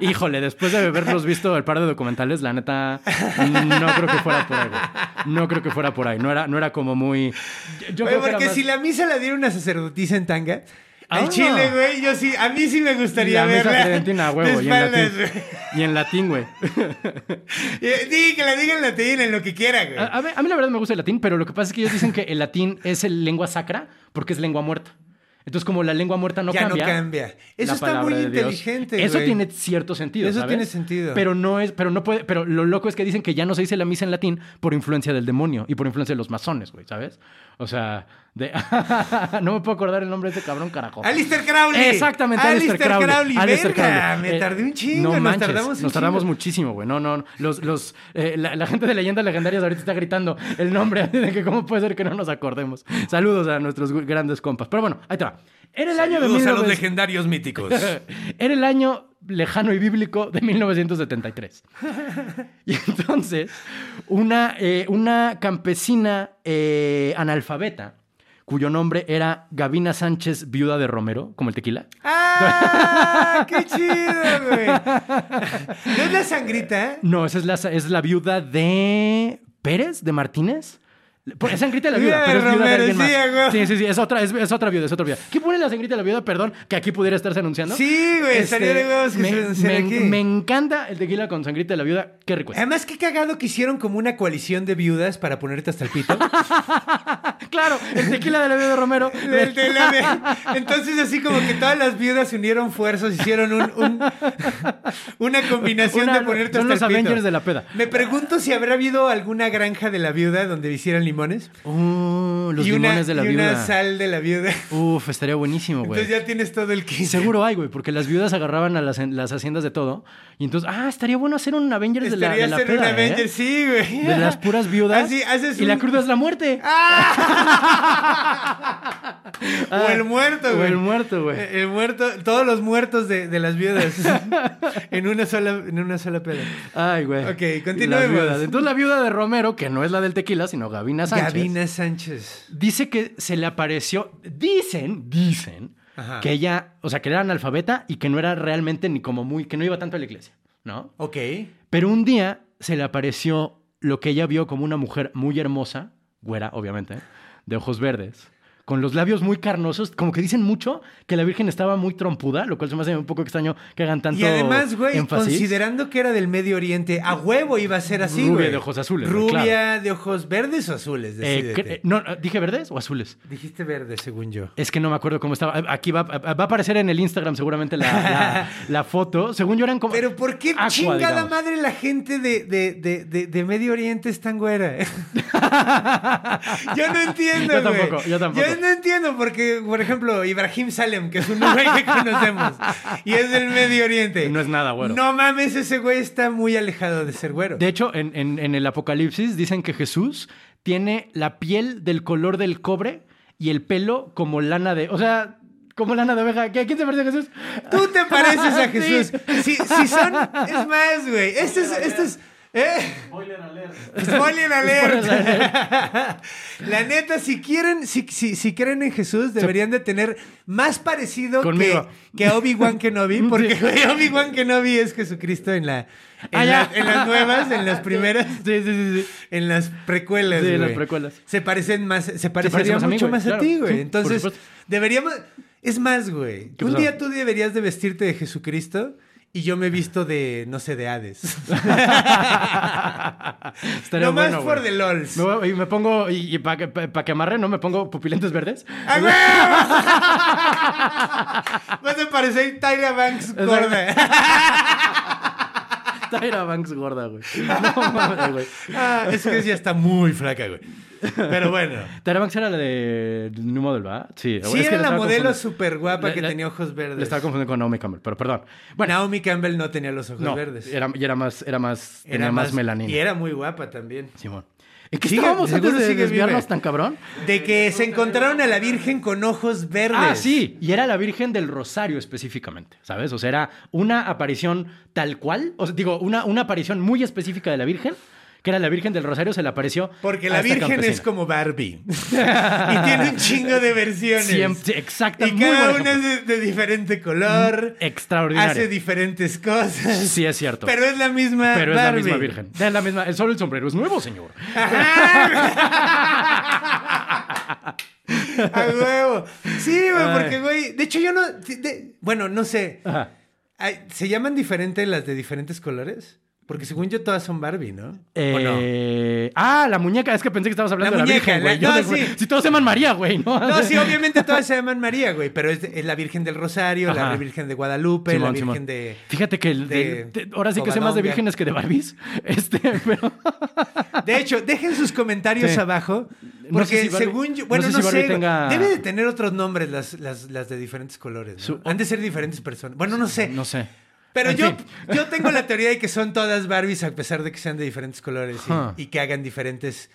Speaker 5: Híjole, después de habernos visto el par de documentales, la neta, no creo que fuera por ahí, güey. No creo que fuera por ahí. No era, no era como muy. Yo- Yo
Speaker 1: Güey,
Speaker 5: creo que era
Speaker 1: porque
Speaker 5: más-
Speaker 1: si la misa la diera una sacerdotisa en tanga, al
Speaker 5: Ah.
Speaker 1: chile, güey, yo sí, a mí sí me gustaría
Speaker 5: la misa
Speaker 1: verla.
Speaker 5: tridentina, a huevo,
Speaker 1: de
Speaker 5: y en latín.
Speaker 1: espaldas, güey.
Speaker 5: Y en latín, güey.
Speaker 1: Eh, di que la digan en latín, en lo que quiera, güey.
Speaker 5: A, a ver, a mí la verdad me gusta el latín, pero lo que pasa es que ellos dicen que el latín es el lengua sacra porque es lengua muerta. Entonces, como la lengua muerta no
Speaker 1: ya
Speaker 5: cambia.
Speaker 1: no cambia. Eso
Speaker 5: la
Speaker 1: está
Speaker 5: palabra
Speaker 1: muy
Speaker 5: de Dios-
Speaker 1: inteligente,
Speaker 5: Eso
Speaker 1: güey.
Speaker 5: tiene cierto sentido.
Speaker 1: Eso
Speaker 5: ¿sabes?
Speaker 1: tiene sentido.
Speaker 5: Pero no es, pero no puede, pero lo loco es que dicen que ya no se dice la misa en latín por influencia del demonio y por influencia de los masones, güey, ¿sabes? O sea, de no me puedo acordar el nombre de ese cabrón carajo.
Speaker 1: Alistair Crowley.
Speaker 5: ah.
Speaker 1: Ah,
Speaker 5: Exactamente, Alistair,
Speaker 1: Alistair
Speaker 5: Crowley.
Speaker 1: Crowley,
Speaker 5: Alistair
Speaker 1: verga,
Speaker 5: Crowley.
Speaker 1: me
Speaker 5: Eh,
Speaker 1: tardé un chingo,
Speaker 5: No
Speaker 1: nos
Speaker 5: manches,
Speaker 1: tardamos un
Speaker 5: nos tardamos
Speaker 1: chingo.
Speaker 5: muchísimo, güey. No, no, no. Los, los, eh, la, la gente de leyendas legendarias ahorita está gritando el nombre de que cómo puede ser que no nos acordemos. Saludos a nuestros grandes compas. Pero bueno, ahí te va. Era el año de
Speaker 1: Saludos a los
Speaker 5: 1900.
Speaker 1: legendarios míticos.
Speaker 5: Era el año lejano y bíblico de 1973. Y entonces, una, eh, una campesina eh, analfabeta, cuyo nombre era Gavina Sánchez, viuda de Romero, como el tequila.
Speaker 1: ¡Ah! ¡Qué chido, güey! ¿No es la sangrita?
Speaker 5: No, esa es la, es la viuda de Pérez, de Martínez. Por, es sangrita de la
Speaker 1: Viuda
Speaker 5: viuda, pero es
Speaker 1: de
Speaker 5: viuda de
Speaker 1: Romero,
Speaker 5: alguien
Speaker 1: sí, a
Speaker 5: más.
Speaker 1: huevo.
Speaker 5: Sí, sí, sí, es otra, es, es otra viuda, es otra viuda. ¿Qué pone la sangrita de la viuda? Perdón, que aquí pudiera estarse anunciando. Este,
Speaker 1: Sí, güey, estaría de huevos que
Speaker 5: me,
Speaker 1: se anunciara
Speaker 5: Este, me-
Speaker 1: aquí. Em,
Speaker 5: me encanta el tequila con sangrita de la viuda. Qué rico es.
Speaker 1: Además, qué cagado que hicieron como una coalición de viudas para ponerte hasta el pito.
Speaker 5: Claro, el tequila de la viuda de Romero.
Speaker 1: Del- del- de- Entonces, así como que todas las viudas se unieron fuerzas, hicieron un, un- una combinación
Speaker 5: Una-
Speaker 1: de ponerte
Speaker 5: son
Speaker 1: hasta
Speaker 5: los
Speaker 1: el pito.
Speaker 5: Avengers de la peda.
Speaker 1: Me pregunto si habrá habido alguna granja de la viuda donde hicieran limones.
Speaker 5: Uh, los
Speaker 1: y una,
Speaker 5: limones de la
Speaker 1: y
Speaker 5: viuda.
Speaker 1: una sal de la viuda.
Speaker 5: Uf, estaría buenísimo, güey.
Speaker 1: Entonces ya tienes todo el
Speaker 5: Y
Speaker 1: kit.
Speaker 5: Seguro hay, güey, porque las viudas agarraban a las, las haciendas de todo. Y entonces, ah, estaría bueno hacer un Avengers de la, de
Speaker 1: Estaría
Speaker 5: la
Speaker 1: ser un
Speaker 5: peda, ¿eh?
Speaker 1: Avenger, sí, güey.
Speaker 5: De las puras viudas.
Speaker 1: Así, haces
Speaker 5: y la
Speaker 1: ah, un- Ah.
Speaker 5: cruda es la muerte.
Speaker 1: O el muerto,
Speaker 5: Ah, o
Speaker 1: güey.
Speaker 5: el muerto, güey.
Speaker 1: Eh, El muerto, todos los muertos de, de las viudas. en una sola, en una sola peda.
Speaker 5: Ay, güey.
Speaker 1: Ok,
Speaker 5: Las
Speaker 1: continuemos.
Speaker 5: viudas. Entonces la viuda de Romero, que no es la del tequila, sino Gavina Sánchez.
Speaker 1: Gabina Sánchez.
Speaker 5: Dice que se le apareció, dicen, dicen,
Speaker 1: Ajá.
Speaker 5: que ella, o sea, que era analfabeta y que no era realmente ni como muy, que no iba tanto a la iglesia, ¿no?
Speaker 1: Ok.
Speaker 5: Pero un día se le apareció lo que ella vio como una mujer muy hermosa, güera, obviamente, de ojos verdes, con los labios muy carnosos, como que dicen mucho que la Virgen estaba muy trompuda, lo cual se me hace un poco extraño que hagan tanto
Speaker 1: Y además, güey,
Speaker 5: énfasis.
Speaker 1: considerando que era del Medio Oriente, a huevo iba a ser así,
Speaker 5: Rubia
Speaker 1: güey.
Speaker 5: de ojos azules, güey,
Speaker 1: Rubia
Speaker 5: claro.
Speaker 1: de ojos verdes o azules,
Speaker 5: Eh,
Speaker 1: decídete.
Speaker 5: cre- eh, no, no, ¿Dije verdes o azules?
Speaker 1: Dijiste verde, según yo.
Speaker 5: Es que no me acuerdo cómo estaba. Aquí va, va a aparecer en el Instagram seguramente la, la- la foto. Según yo eran como...
Speaker 1: Pero ¿por qué
Speaker 5: Aqua,
Speaker 1: chingada
Speaker 5: digamos.
Speaker 1: madre la gente de, de, de, de, de Medio Oriente es tan güera? yo no entiendo,
Speaker 5: Yo
Speaker 1: güey.
Speaker 5: tampoco, yo tampoco.
Speaker 1: Yo no entiendo porque, por ejemplo, Ibrahim Salem, que es un güey que conocemos y es del Medio Oriente.
Speaker 5: No es nada güero.
Speaker 1: No mames, ese güey está muy alejado de ser güero.
Speaker 5: De hecho, en, en- en el Apocalipsis dicen que Jesús tiene la piel del color del cobre y el pelo como lana de... O sea, como lana de oveja. ¿Qué- ¿Quién se parece a Jesús?
Speaker 1: Tú te pareces a
Speaker 5: Sí.
Speaker 1: Jesús. Si, si son, es más, güey. Este es, este es, ¿eh? Spoiler alert. La neta, si quieren, si, si, si creen en Jesús, deberían de tener más parecido que,
Speaker 5: Conmigo.
Speaker 1: que a Obi-Wan Kenobi, porque
Speaker 5: Sí.
Speaker 1: güey, Obi-Wan Kenobi es Jesucristo en la, en,
Speaker 5: Ah, ya.
Speaker 1: la- en las nuevas, en las primeras,
Speaker 5: Sí, sí, sí. sí.
Speaker 1: en las precuelas,
Speaker 5: Sí, en las
Speaker 1: güey.
Speaker 5: precuelas.
Speaker 1: Se parecen más, se
Speaker 5: parece
Speaker 1: parecería
Speaker 5: más a mí,
Speaker 1: mucho
Speaker 5: güey,
Speaker 1: más a
Speaker 5: claro.
Speaker 1: ti,
Speaker 5: Sí,
Speaker 1: güey.
Speaker 5: por
Speaker 1: Entonces,
Speaker 5: supuesto.
Speaker 1: deberíamos, es más, güey.
Speaker 5: ¿Qué
Speaker 1: Un
Speaker 5: pasó?
Speaker 1: día tú deberías de vestirte de Jesucristo. Y yo me he visto de, no sé, de Hades.
Speaker 5: Estaría
Speaker 1: Nomás
Speaker 5: bueno,
Speaker 1: por the
Speaker 5: güey.
Speaker 1: lols.
Speaker 5: Me voy- y me pongo, y, para que amarre, ¿no? Me pongo pupilentes verdes.
Speaker 1: ¡A huevo! Vas a parecer Tyra Banks gorda.
Speaker 5: Tyra Banks gorda, güey. No mames, güey.
Speaker 1: Ah, es que ya está muy flaca, güey. Pero bueno.
Speaker 5: Tyra Banks era la de New Model, ¿verdad? Sí.
Speaker 1: Sí,
Speaker 5: es que
Speaker 1: era la
Speaker 5: le estaba
Speaker 1: modelo
Speaker 5: confundiendo.
Speaker 1: súper guapa
Speaker 5: Le-
Speaker 1: que
Speaker 5: le-
Speaker 1: tenía ojos verdes.
Speaker 5: Le estaba confundiendo con Naomi Campbell, pero perdón. Bueno,
Speaker 1: Naomi Campbell no tenía los ojos
Speaker 5: no,
Speaker 1: verdes.
Speaker 5: Era, y era más, era más, tenía más, melanina.
Speaker 1: Y era muy guapa también.
Speaker 5: Simón. ¿En qué
Speaker 1: Sigue,
Speaker 5: estábamos
Speaker 1: seguro
Speaker 5: antes de
Speaker 1: sigue
Speaker 5: desviarnos
Speaker 1: viva.
Speaker 5: tan cabrón?
Speaker 1: De que se encontraron a la Virgen con ojos verdes.
Speaker 5: Ah, sí, y era la Virgen del Rosario específicamente, ¿sabes? O sea, era una aparición tal cual, o sea, digo, una, una aparición muy específica de la Virgen, que era la Virgen del Rosario, se le apareció.
Speaker 1: Porque
Speaker 5: a
Speaker 1: la
Speaker 5: esta
Speaker 1: Virgen es
Speaker 5: campesina.
Speaker 1: como Barbie. Ah, y tiene un chingo de versiones.
Speaker 5: Siempre- sí, exacta-
Speaker 1: Y
Speaker 5: muy
Speaker 1: cada
Speaker 5: buen
Speaker 1: una es de, de diferente color.
Speaker 5: extraordinaria.
Speaker 1: Hace diferentes cosas.
Speaker 5: Sí, es cierto.
Speaker 1: Pero es la misma
Speaker 5: Pero es la
Speaker 1: Barbie.
Speaker 5: misma Virgen. Es la misma, solo el sombrero es nuevo, señor.
Speaker 1: A huevo. Sí, güey,
Speaker 5: Ay.
Speaker 1: porque, güey. De hecho, yo no. de- bueno, no sé.
Speaker 5: Ajá.
Speaker 1: Ay, ¿Se llaman diferente las de diferentes colores? Porque según yo, todas son Barbie, ¿no? ¿O no?
Speaker 5: Eh, Ah, la muñeca. Es que pensé que estabas hablando
Speaker 1: La
Speaker 5: de la
Speaker 1: muñeca,
Speaker 5: Virgen, güey.
Speaker 1: la-
Speaker 5: Yo
Speaker 1: no,
Speaker 5: de-
Speaker 1: sí.
Speaker 5: Si todos se llaman María, güey, ¿no?
Speaker 1: No, sí, obviamente todas se llaman María, güey, pero es, es la Virgen del Rosario,
Speaker 5: Ajá.
Speaker 1: la Virgen de Guadalupe, la
Speaker 5: Simón,
Speaker 1: Virgen
Speaker 5: Simón.
Speaker 1: de...
Speaker 5: Fíjate que el de-
Speaker 1: de
Speaker 5: de- ahora sí que sé más de
Speaker 1: Covadonga.
Speaker 5: vírgenes que de Barbies. Este, pero.
Speaker 1: De hecho, dejen sus comentarios
Speaker 5: Sí.
Speaker 1: abajo, porque
Speaker 5: No sé si Barbie-
Speaker 1: según yo...
Speaker 5: no
Speaker 1: Bueno,
Speaker 5: sé
Speaker 1: no
Speaker 5: si
Speaker 1: sé,
Speaker 5: Barbie
Speaker 1: güey,
Speaker 5: tenga-
Speaker 1: debe de tener otros nombres las, las, las de diferentes colores, ¿no?
Speaker 5: Su-
Speaker 1: Han de ser diferentes personas. Bueno, no sé.
Speaker 5: No sé.
Speaker 1: Pero
Speaker 5: En
Speaker 1: yo,
Speaker 5: fin.
Speaker 1: yo tengo la teoría de que son todas Barbies a pesar de que sean de diferentes colores y-
Speaker 5: Ajá.
Speaker 1: y, que hagan diferentes...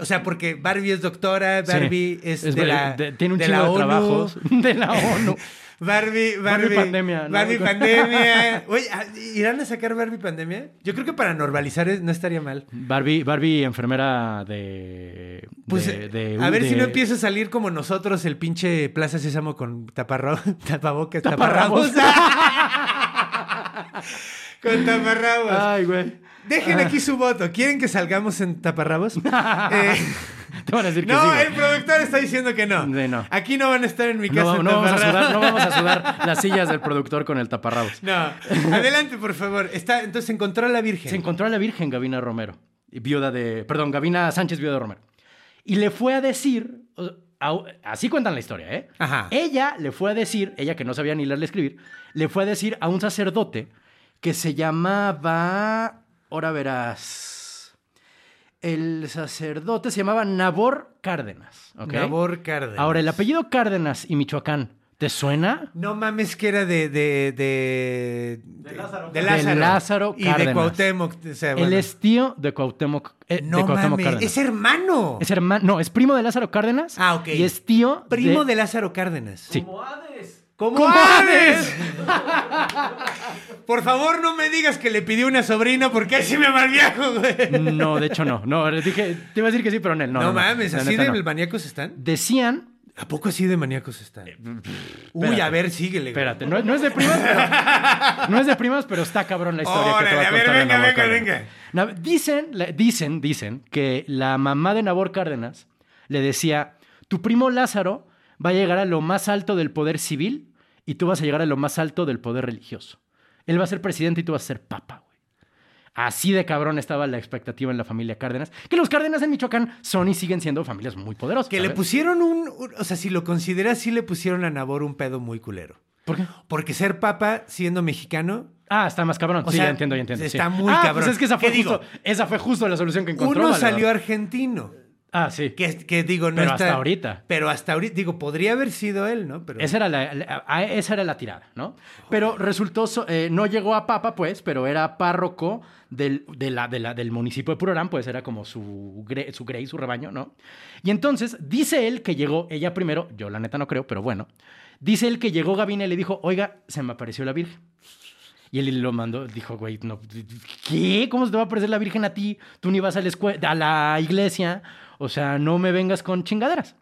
Speaker 1: O sea, porque Barbie es doctora, Barbie
Speaker 5: Sí.
Speaker 1: es, de
Speaker 5: Barbie-
Speaker 1: la
Speaker 5: de- tiene un
Speaker 1: de
Speaker 5: chingo
Speaker 1: la
Speaker 5: de
Speaker 1: ONU.
Speaker 5: trabajos. De la ONU.
Speaker 1: Barbie, Barbie,
Speaker 5: Barbie pandemia, ¿no?
Speaker 1: Barbie pandemia. Oye, ah, ¿irán a sacar Barbie pandemia? Yo creo que para normalizar es- no estaría mal.
Speaker 5: Barbie, Barbie, enfermera de.
Speaker 1: Pues,
Speaker 5: de- de-
Speaker 1: a ver si
Speaker 5: de-
Speaker 1: no empieza a salir como nosotros el pinche Plaza Sésamo con taparro, tapabocas,
Speaker 5: Taparrabos.
Speaker 1: taparrabos. con taparrabos.
Speaker 5: Ay, Ah. güey.
Speaker 1: Dejen aquí su voto. ¿Quieren que salgamos en taparrabos? Eh,
Speaker 5: Te van a decir que
Speaker 1: no,
Speaker 5: sí, güey.
Speaker 1: el productor está diciendo que no.
Speaker 5: Sí, no.
Speaker 1: Aquí no van a estar en mi casa
Speaker 5: No,
Speaker 1: en
Speaker 5: no vamos a
Speaker 1: taparrabos.
Speaker 5: sudar, no vamos a sudar las sillas del productor con el taparrabos.
Speaker 1: No, adelante, por favor. Está, entonces encontró a la Virgen.
Speaker 5: Se encontró a la Virgen Gavina Romero, y viuda de. Perdón, Gavina Sánchez, viuda de Romero. Y le fue a decir. o- a- así cuentan la historia, ¿eh?
Speaker 1: Ajá.
Speaker 5: Ella le fue a decir, ella que no sabía ni leer ni escribir, le fue a decir a un sacerdote que se llamaba. Ahora verás. El sacerdote se llamaba Nabor Cárdenas. ¿ok?
Speaker 1: Nabor Cárdenas.
Speaker 5: Ahora, el apellido Cárdenas y Michoacán, ¿te suena?
Speaker 1: No mames que era de... De, de, de, Lázaro. De Lázaro.
Speaker 5: De Lázaro
Speaker 1: y de
Speaker 5: Cárdenas.
Speaker 1: Cuauhtémoc. O sea,
Speaker 5: Él
Speaker 1: bueno.
Speaker 5: es tío de Cuauhtémoc, eh,
Speaker 1: No
Speaker 5: de Cuauhtémoc
Speaker 1: mames,
Speaker 5: Cárdenas.
Speaker 1: es hermano.
Speaker 5: Es hermano, no, es primo de Lázaro Cárdenas.
Speaker 1: Ah, ok.
Speaker 5: Y es tío.
Speaker 1: primo de... Lázaro Cárdenas.
Speaker 5: Sí.
Speaker 1: ¿Cómo,
Speaker 5: ¡Cómo
Speaker 1: Hades? Por favor, no me digas que le pidió una sobrina porque ahí sí me malviajo, güey.
Speaker 5: No, de hecho no. No, dije, te iba a decir que sí, pero no. No,
Speaker 1: No,
Speaker 5: no, no.
Speaker 1: mames,
Speaker 5: La
Speaker 1: ¿así
Speaker 5: neta,
Speaker 1: de
Speaker 5: no.
Speaker 1: maníacos están?
Speaker 5: Decían.
Speaker 1: ¿A poco así de maníacos están? Uy, a ver, síguele. güey.
Speaker 5: Eh, Espérate, no, no es de primas, pero. No es de primas, pero está cabrón la historia que te
Speaker 1: Órale,
Speaker 5: voy a
Speaker 1: a ver,
Speaker 5: contar de
Speaker 1: venga,
Speaker 5: Nabor
Speaker 1: venga,
Speaker 5: Cárdenas.
Speaker 1: venga.
Speaker 5: Nab- Dicen, la- dicen, dicen que la mamá de Nabor Cárdenas le decía: Tu primo Lázaro va a llegar a lo más alto del poder civil y tú vas a llegar a lo más alto del poder religioso. Él va a ser presidente y tú vas a ser papa, güey. Así de cabrón estaba la expectativa en la familia Cárdenas, que los Cárdenas en Michoacán son y siguen siendo familias muy poderosas.
Speaker 1: Que le
Speaker 5: ¿sabes?
Speaker 1: pusieron un, un- O sea, si lo consideras, sí le pusieron a Nabor un pedo muy culero.
Speaker 5: ¿Por qué?
Speaker 1: Porque ser papa siendo mexicano.
Speaker 5: Ah, está más cabrón.
Speaker 1: O
Speaker 5: sí,
Speaker 1: sea,
Speaker 5: ya entiendo, ya entiendo. sí.
Speaker 1: está muy
Speaker 5: Ah,
Speaker 1: cabrón.
Speaker 5: Pues es que esa fue,
Speaker 1: ¿Qué digo?
Speaker 5: justo, esa fue justo la solución que encontró.
Speaker 1: uno
Speaker 5: Valedor.
Speaker 1: salió argentino.
Speaker 5: Ah, sí.
Speaker 1: Que, que digo, no
Speaker 5: Pero
Speaker 1: está-
Speaker 5: hasta ahorita.
Speaker 1: Pero hasta ahorita. Digo, podría haber sido él, ¿no? Pero.
Speaker 5: Esa era la, la- a- esa era la tirada, ¿no? Pero resultó, so- eh, no llegó a papa, pues, pero era párroco del, de la- de la- del municipio de Purorán, pues era como su, gre- su grey, su rebaño, ¿no? Y entonces dice él que llegó ella primero, yo la neta no creo, pero bueno, dice él que llegó Gabina y le dijo, oiga, se me apareció la Virgen. Y él lo mandó, dijo, güey, no, ¿qué? ¿Cómo se te va a aparecer la Virgen a ti? Tú ni vas a la, escue- a la iglesia, o sea, no me vengas con chingaderas.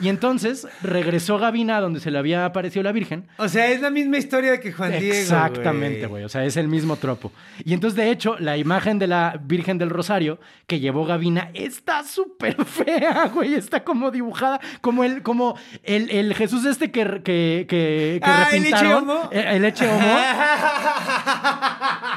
Speaker 5: Y entonces regresó Gabina donde se le había aparecido la Virgen.
Speaker 1: O sea, es la misma historia que Juan Diego.
Speaker 5: Exactamente, güey. O sea, es el mismo tropo. Y entonces, de hecho, la imagen de la Virgen del Rosario que llevó Gabina está súper fea, güey. Está como dibujada, como el, como el, el Jesús este que, que, que, que
Speaker 1: Ah, ¿el
Speaker 5: repintaron.
Speaker 1: Eche Homo?
Speaker 5: El, el Eche Homo.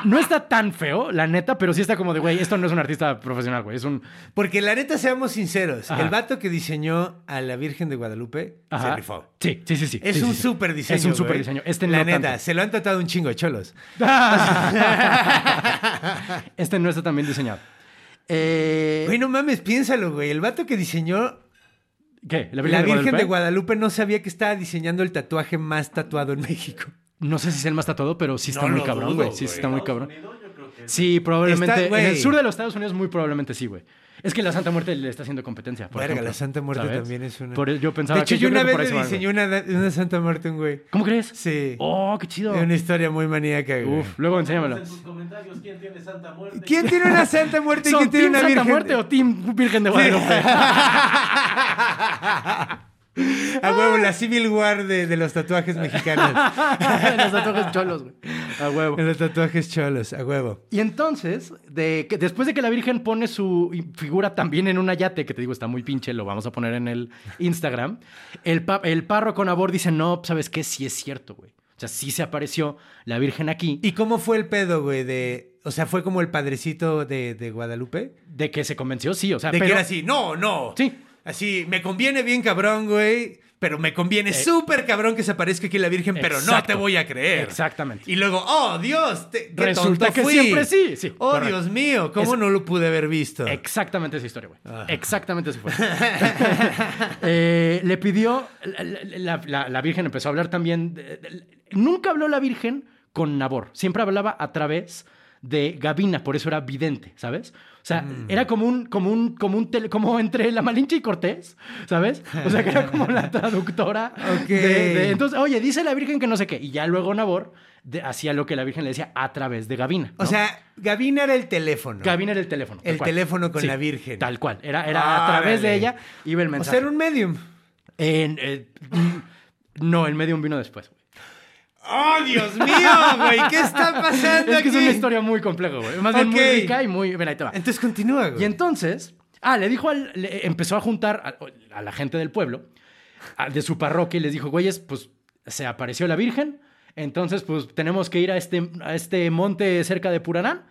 Speaker 5: No está tan feo, la neta, pero sí está como de, güey, esto no es un artista profesional, güey. Es un.
Speaker 1: Porque la neta, seamos sinceros,
Speaker 5: Ajá.
Speaker 1: el vato que diseñó a la Virgen de Guadalupe
Speaker 5: Ajá.
Speaker 1: se rifó.
Speaker 5: Sí, sí, sí, sí.
Speaker 1: Es
Speaker 5: Sí, sí,
Speaker 1: un
Speaker 5: sí.
Speaker 1: súper diseño.
Speaker 5: Es un
Speaker 1: güey.
Speaker 5: súper diseño. Este
Speaker 1: La
Speaker 5: no
Speaker 1: neta,
Speaker 5: tanto.
Speaker 1: se lo han tratado un chingo de cholos.
Speaker 5: este no está tan bien diseñado. Eh,
Speaker 1: Güey, no mames, piénsalo, güey. El vato que diseñó
Speaker 5: ¿Qué? ¿La Virgen,
Speaker 1: la
Speaker 5: de,
Speaker 1: Virgen
Speaker 5: Guadalupe?
Speaker 1: de Guadalupe no sabía que estaba diseñando el tatuaje más tatuado en México.
Speaker 5: No sé si es el más tatuado, pero sí está
Speaker 1: No
Speaker 5: muy
Speaker 1: lo
Speaker 5: cabrón,
Speaker 1: dudo,
Speaker 5: güey. Sí
Speaker 1: güey.
Speaker 5: está muy cabrón. Sí, probablemente.
Speaker 1: Está-
Speaker 5: en el
Speaker 1: güey.
Speaker 5: sur de los Estados Unidos, muy probablemente sí, güey. Es que la Santa Muerte le está haciendo competencia. Por
Speaker 1: Verga,
Speaker 5: ejemplo,
Speaker 1: la Santa Muerte
Speaker 5: ¿sabes?
Speaker 1: también es una.
Speaker 5: Por el- yo pensaba
Speaker 1: de hecho,
Speaker 5: que
Speaker 1: yo una
Speaker 5: creo que
Speaker 1: vez le
Speaker 5: por ahí se va, güey.
Speaker 1: diseñé una, una Santa Muerte a un güey.
Speaker 5: ¿Cómo crees?
Speaker 1: Sí.
Speaker 5: Oh, qué chido.
Speaker 1: Es una historia muy maníaca, güey.
Speaker 5: Uf, luego enséñamelo.
Speaker 1: ¿Quién tiene una Santa Muerte y
Speaker 5: ¿Son
Speaker 1: quién tiene
Speaker 5: Team
Speaker 1: una
Speaker 5: Santa
Speaker 1: Virgen?
Speaker 5: Muerte o Team Virgen de Guadalupe?
Speaker 1: A huevo, la Civil War de, de los tatuajes mexicanos.
Speaker 5: Los tatuajes cholos, güey. A huevo.
Speaker 1: de los tatuajes cholos, a huevo.
Speaker 5: Y entonces, de que- después de que la Virgen pone su figura también en un ayate, que te digo, está muy pinche, lo vamos a poner en el Instagram, el, pa- el párroco Nabor dice, no, ¿sabes qué? Sí es cierto, güey. O sea, sí se apareció la Virgen aquí,
Speaker 1: ¿Y cómo fue el pedo, güey? De, o sea, ¿fue como el padrecito de, de Guadalupe?
Speaker 5: de que se convenció, sí, o sea,
Speaker 1: De que
Speaker 5: pero-
Speaker 1: era así, no, no.
Speaker 5: Sí.
Speaker 1: Así, me conviene bien cabrón, güey, pero me conviene súper cabrón que se aparezca aquí la Virgen, pero no
Speaker 5: Eh. Exacto.
Speaker 1: te voy a creer.
Speaker 5: Exactamente.
Speaker 1: Y luego, oh, Dios, te, qué
Speaker 5: Resulta
Speaker 1: tonto
Speaker 5: que
Speaker 1: fui.
Speaker 5: siempre sí, sí,
Speaker 1: Oh,
Speaker 5: correcto.
Speaker 1: Dios mío, ¿cómo
Speaker 5: Es-
Speaker 1: no lo pude haber visto?
Speaker 5: Exactamente esa historia, güey.
Speaker 1: Ah.
Speaker 5: Exactamente así fue. Eh, le pidió, la, la- la- la Virgen empezó a hablar también, de- de- nunca habló la Virgen con Nabor, siempre hablaba a través de Gavina, por eso era vidente, ¿sabes? O sea,
Speaker 1: Mm.
Speaker 5: era como un, como un, como un tele- como entre la Malinche y Cortés, ¿sabes? O sea, que era como la traductora.
Speaker 1: Ok.
Speaker 5: de- de- entonces, oye, dice la Virgen que no sé qué, y ya luego Nabor de- hacía lo que la Virgen le decía a través de Gavina.
Speaker 1: O
Speaker 5: ¿no?
Speaker 1: sea, Gavina era el teléfono.
Speaker 5: Gabina era el teléfono. tal
Speaker 1: El teléfono con la Virgen.
Speaker 5: Tal cual. Era, era a
Speaker 1: Órale.
Speaker 5: través de ella iba el
Speaker 1: O
Speaker 5: mensaje.
Speaker 1: sea, era un medium.
Speaker 5: En, eh, no, el medium vino después. güey.
Speaker 1: ¡Oh, Dios mío, güey! ¿Qué está pasando
Speaker 5: Es que es una
Speaker 1: aquí?
Speaker 5: historia muy compleja, güey. Más bien
Speaker 1: Ok.
Speaker 5: muy rica y muy... Ven, ahí te va.
Speaker 1: Entonces continúa, güey.
Speaker 5: Y entonces, ah, le dijo al, le empezó a juntar a, a la gente del pueblo, a- de su parroquia, y les dijo, güeyes, pues se apareció la Virgen, entonces pues tenemos que ir a este, a este monte cerca de Puranán,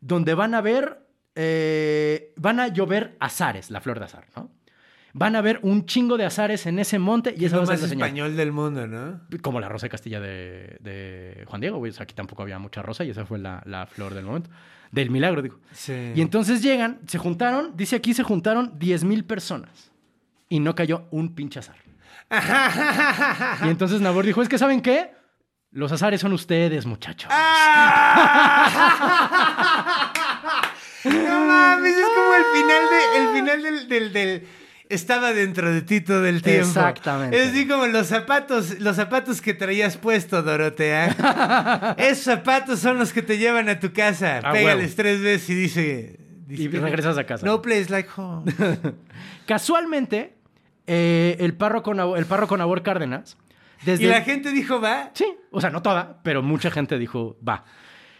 Speaker 5: donde van a ver, eh, van a llover azares, la flor de azar, ¿no? Van a ver un chingo de azares en ese monte y
Speaker 1: es
Speaker 5: esa
Speaker 1: lo
Speaker 5: va a ser
Speaker 1: más
Speaker 5: la señal.
Speaker 1: español del mundo, ¿no?
Speaker 5: Como la rosa de Castilla de, de Juan Diego, güey. O sea, aquí tampoco había mucha rosa y esa fue la, la flor del momento. Del milagro, digo.
Speaker 1: Sí.
Speaker 5: Y entonces llegan, se juntaron, dice aquí se juntaron 10.000 personas y no cayó un pinche azar. y entonces Nabor dijo, es que ¿saben qué? Los azares son ustedes, muchachos.
Speaker 1: Ah. No mames, es como el final de, el final del, del, del- estaba dentro de ti todo el tiempo.
Speaker 5: Exactamente.
Speaker 1: Es así como los zapatos, los zapatos que traías puesto, Dorotea. Esos zapatos son los que te llevan a tu casa.
Speaker 5: A
Speaker 1: Pégales
Speaker 5: Ah, huevo.
Speaker 1: tres veces y dice. dice-
Speaker 5: Y regresas a casa.
Speaker 1: No place like home.
Speaker 5: Casualmente, eh, el párroco Nabo- el párroco Nabor Cárdenas, desde...
Speaker 1: y la gente dijo, va.
Speaker 5: Sí, o sea, no toda, pero mucha gente dijo, va.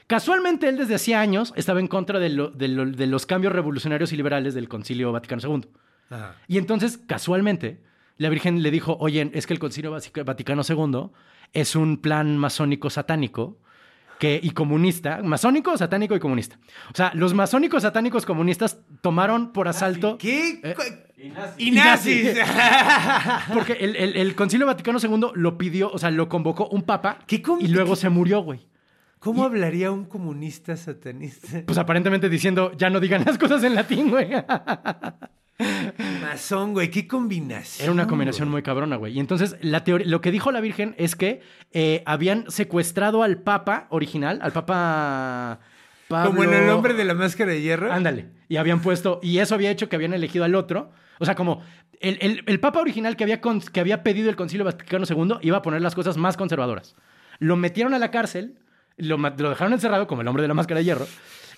Speaker 5: Casualmente, él desde hacía años estaba en contra de, lo- de lo- de los cambios revolucionarios y liberales del Concilio Vaticano II.
Speaker 1: Ajá.
Speaker 5: Y entonces, casualmente, la Virgen le dijo, oye, es que el Concilio Vasic- Vaticano II es un plan masónico satánico que, y comunista, masónico, satánico y comunista. O sea, los masónicos satánicos comunistas tomaron por asalto...
Speaker 1: ¿Qué?
Speaker 5: Eh,
Speaker 1: Y nazis.
Speaker 5: Porque el, el- el Concilio Vaticano II lo pidió, o sea, lo convocó un papa
Speaker 1: ¿Qué com-
Speaker 5: y luego se murió, güey.
Speaker 1: ¿Cómo hablaría un comunista satanista?
Speaker 5: Pues aparentemente diciendo, ya no digan las cosas en latín, güey.
Speaker 1: Masón, güey, qué combinación.
Speaker 5: Era una combinación muy cabrona, güey. Y entonces la teoría, lo que dijo la Virgen es que eh, habían secuestrado al Papa original, al Papa Pablo...
Speaker 1: Como en el hombre de la máscara de hierro.
Speaker 5: Ándale. Y habían puesto, y eso había hecho que habían elegido al otro. O sea, como el, el- el Papa original que había, con- que había pedido el Concilio Vaticano II iba a poner las cosas más conservadoras. Lo metieron a la cárcel, lo, ma- lo dejaron encerrado como el hombre de la máscara de hierro.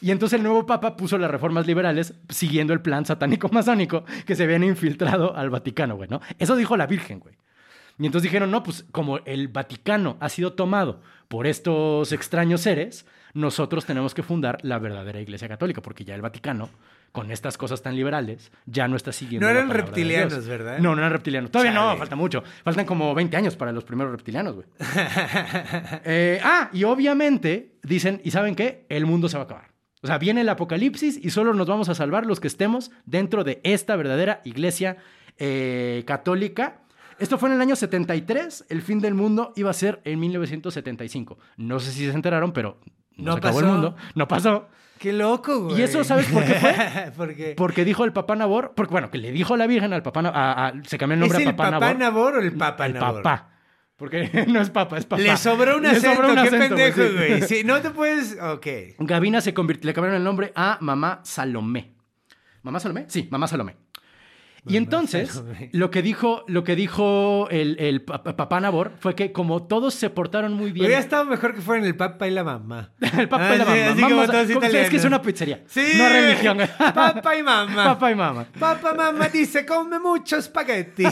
Speaker 5: Y entonces el nuevo Papa puso las reformas liberales siguiendo el plan satánico-masónico que se habían infiltrado al Vaticano, güey, ¿no? Eso dijo la Virgen, güey. Y entonces dijeron, no, pues como el Vaticano ha sido tomado por estos extraños seres, nosotros tenemos que fundar la verdadera Iglesia Católica, porque ya el Vaticano, con estas cosas tan liberales, ya no está siguiendo.
Speaker 1: No
Speaker 5: la
Speaker 1: eran
Speaker 5: palabra de
Speaker 1: reptilianos,
Speaker 5: Dios.
Speaker 1: ¿verdad?
Speaker 5: No, no eran reptilianos. Todavía no,
Speaker 1: ¿Eh? Chale.
Speaker 5: falta mucho. Faltan como 20 años para los primeros reptilianos, güey. Eh, ah, y obviamente dicen, ¿y saben qué? El mundo se va a acabar. O sea, viene el apocalipsis y solo nos vamos a salvar los que estemos dentro de esta verdadera iglesia eh, católica. Esto fue en el año 73, el fin del mundo iba a ser en 1975. No sé si se enteraron, pero no,
Speaker 1: No
Speaker 5: se acabó el
Speaker 1: pasó.
Speaker 5: mundo. No pasó.
Speaker 1: Qué loco, güey.
Speaker 5: ¿Y eso sabes por qué fue?
Speaker 1: Porque
Speaker 5: Porque dijo el papá Nabor, porque bueno, que le dijo la Virgen al papá, Na- a- a- se cambió el
Speaker 1: ¿Es
Speaker 5: nombre
Speaker 1: el
Speaker 5: a papá,
Speaker 1: papá
Speaker 5: Nabor.
Speaker 1: Nabor o el papa
Speaker 5: el
Speaker 1: Nabor?
Speaker 5: papá. Porque no es papá, es papá.
Speaker 1: Le sobró un acento,
Speaker 5: sobró un
Speaker 1: qué
Speaker 5: acento, güey,
Speaker 1: pendejo,
Speaker 5: sí.
Speaker 1: güey. Sí, no te puedes. Ok.
Speaker 5: Gavina se convirtió, le cambiaron el nombre a Mamá Salomé. ¿Mamá Salomé? Sí, Mamá Salomé. y entonces,
Speaker 1: Salomé.
Speaker 5: lo que dijo, lo que dijo el, el pa- pa- papá Nabor fue que como todos se portaron muy bien.
Speaker 1: Hubiera estado mejor que fueran el papa y la mamá.
Speaker 5: El papá y la
Speaker 1: Ah, sí,
Speaker 5: mamá.
Speaker 1: así como
Speaker 5: Vamos a-
Speaker 1: todos
Speaker 5: ¿cómo- es que es
Speaker 1: italianos.
Speaker 5: una pizzería.
Speaker 1: Sí.
Speaker 5: No religión.
Speaker 1: Papá y mamá.
Speaker 5: Papá y mamá.
Speaker 1: Papá, mamá dice, come mucho espagueti.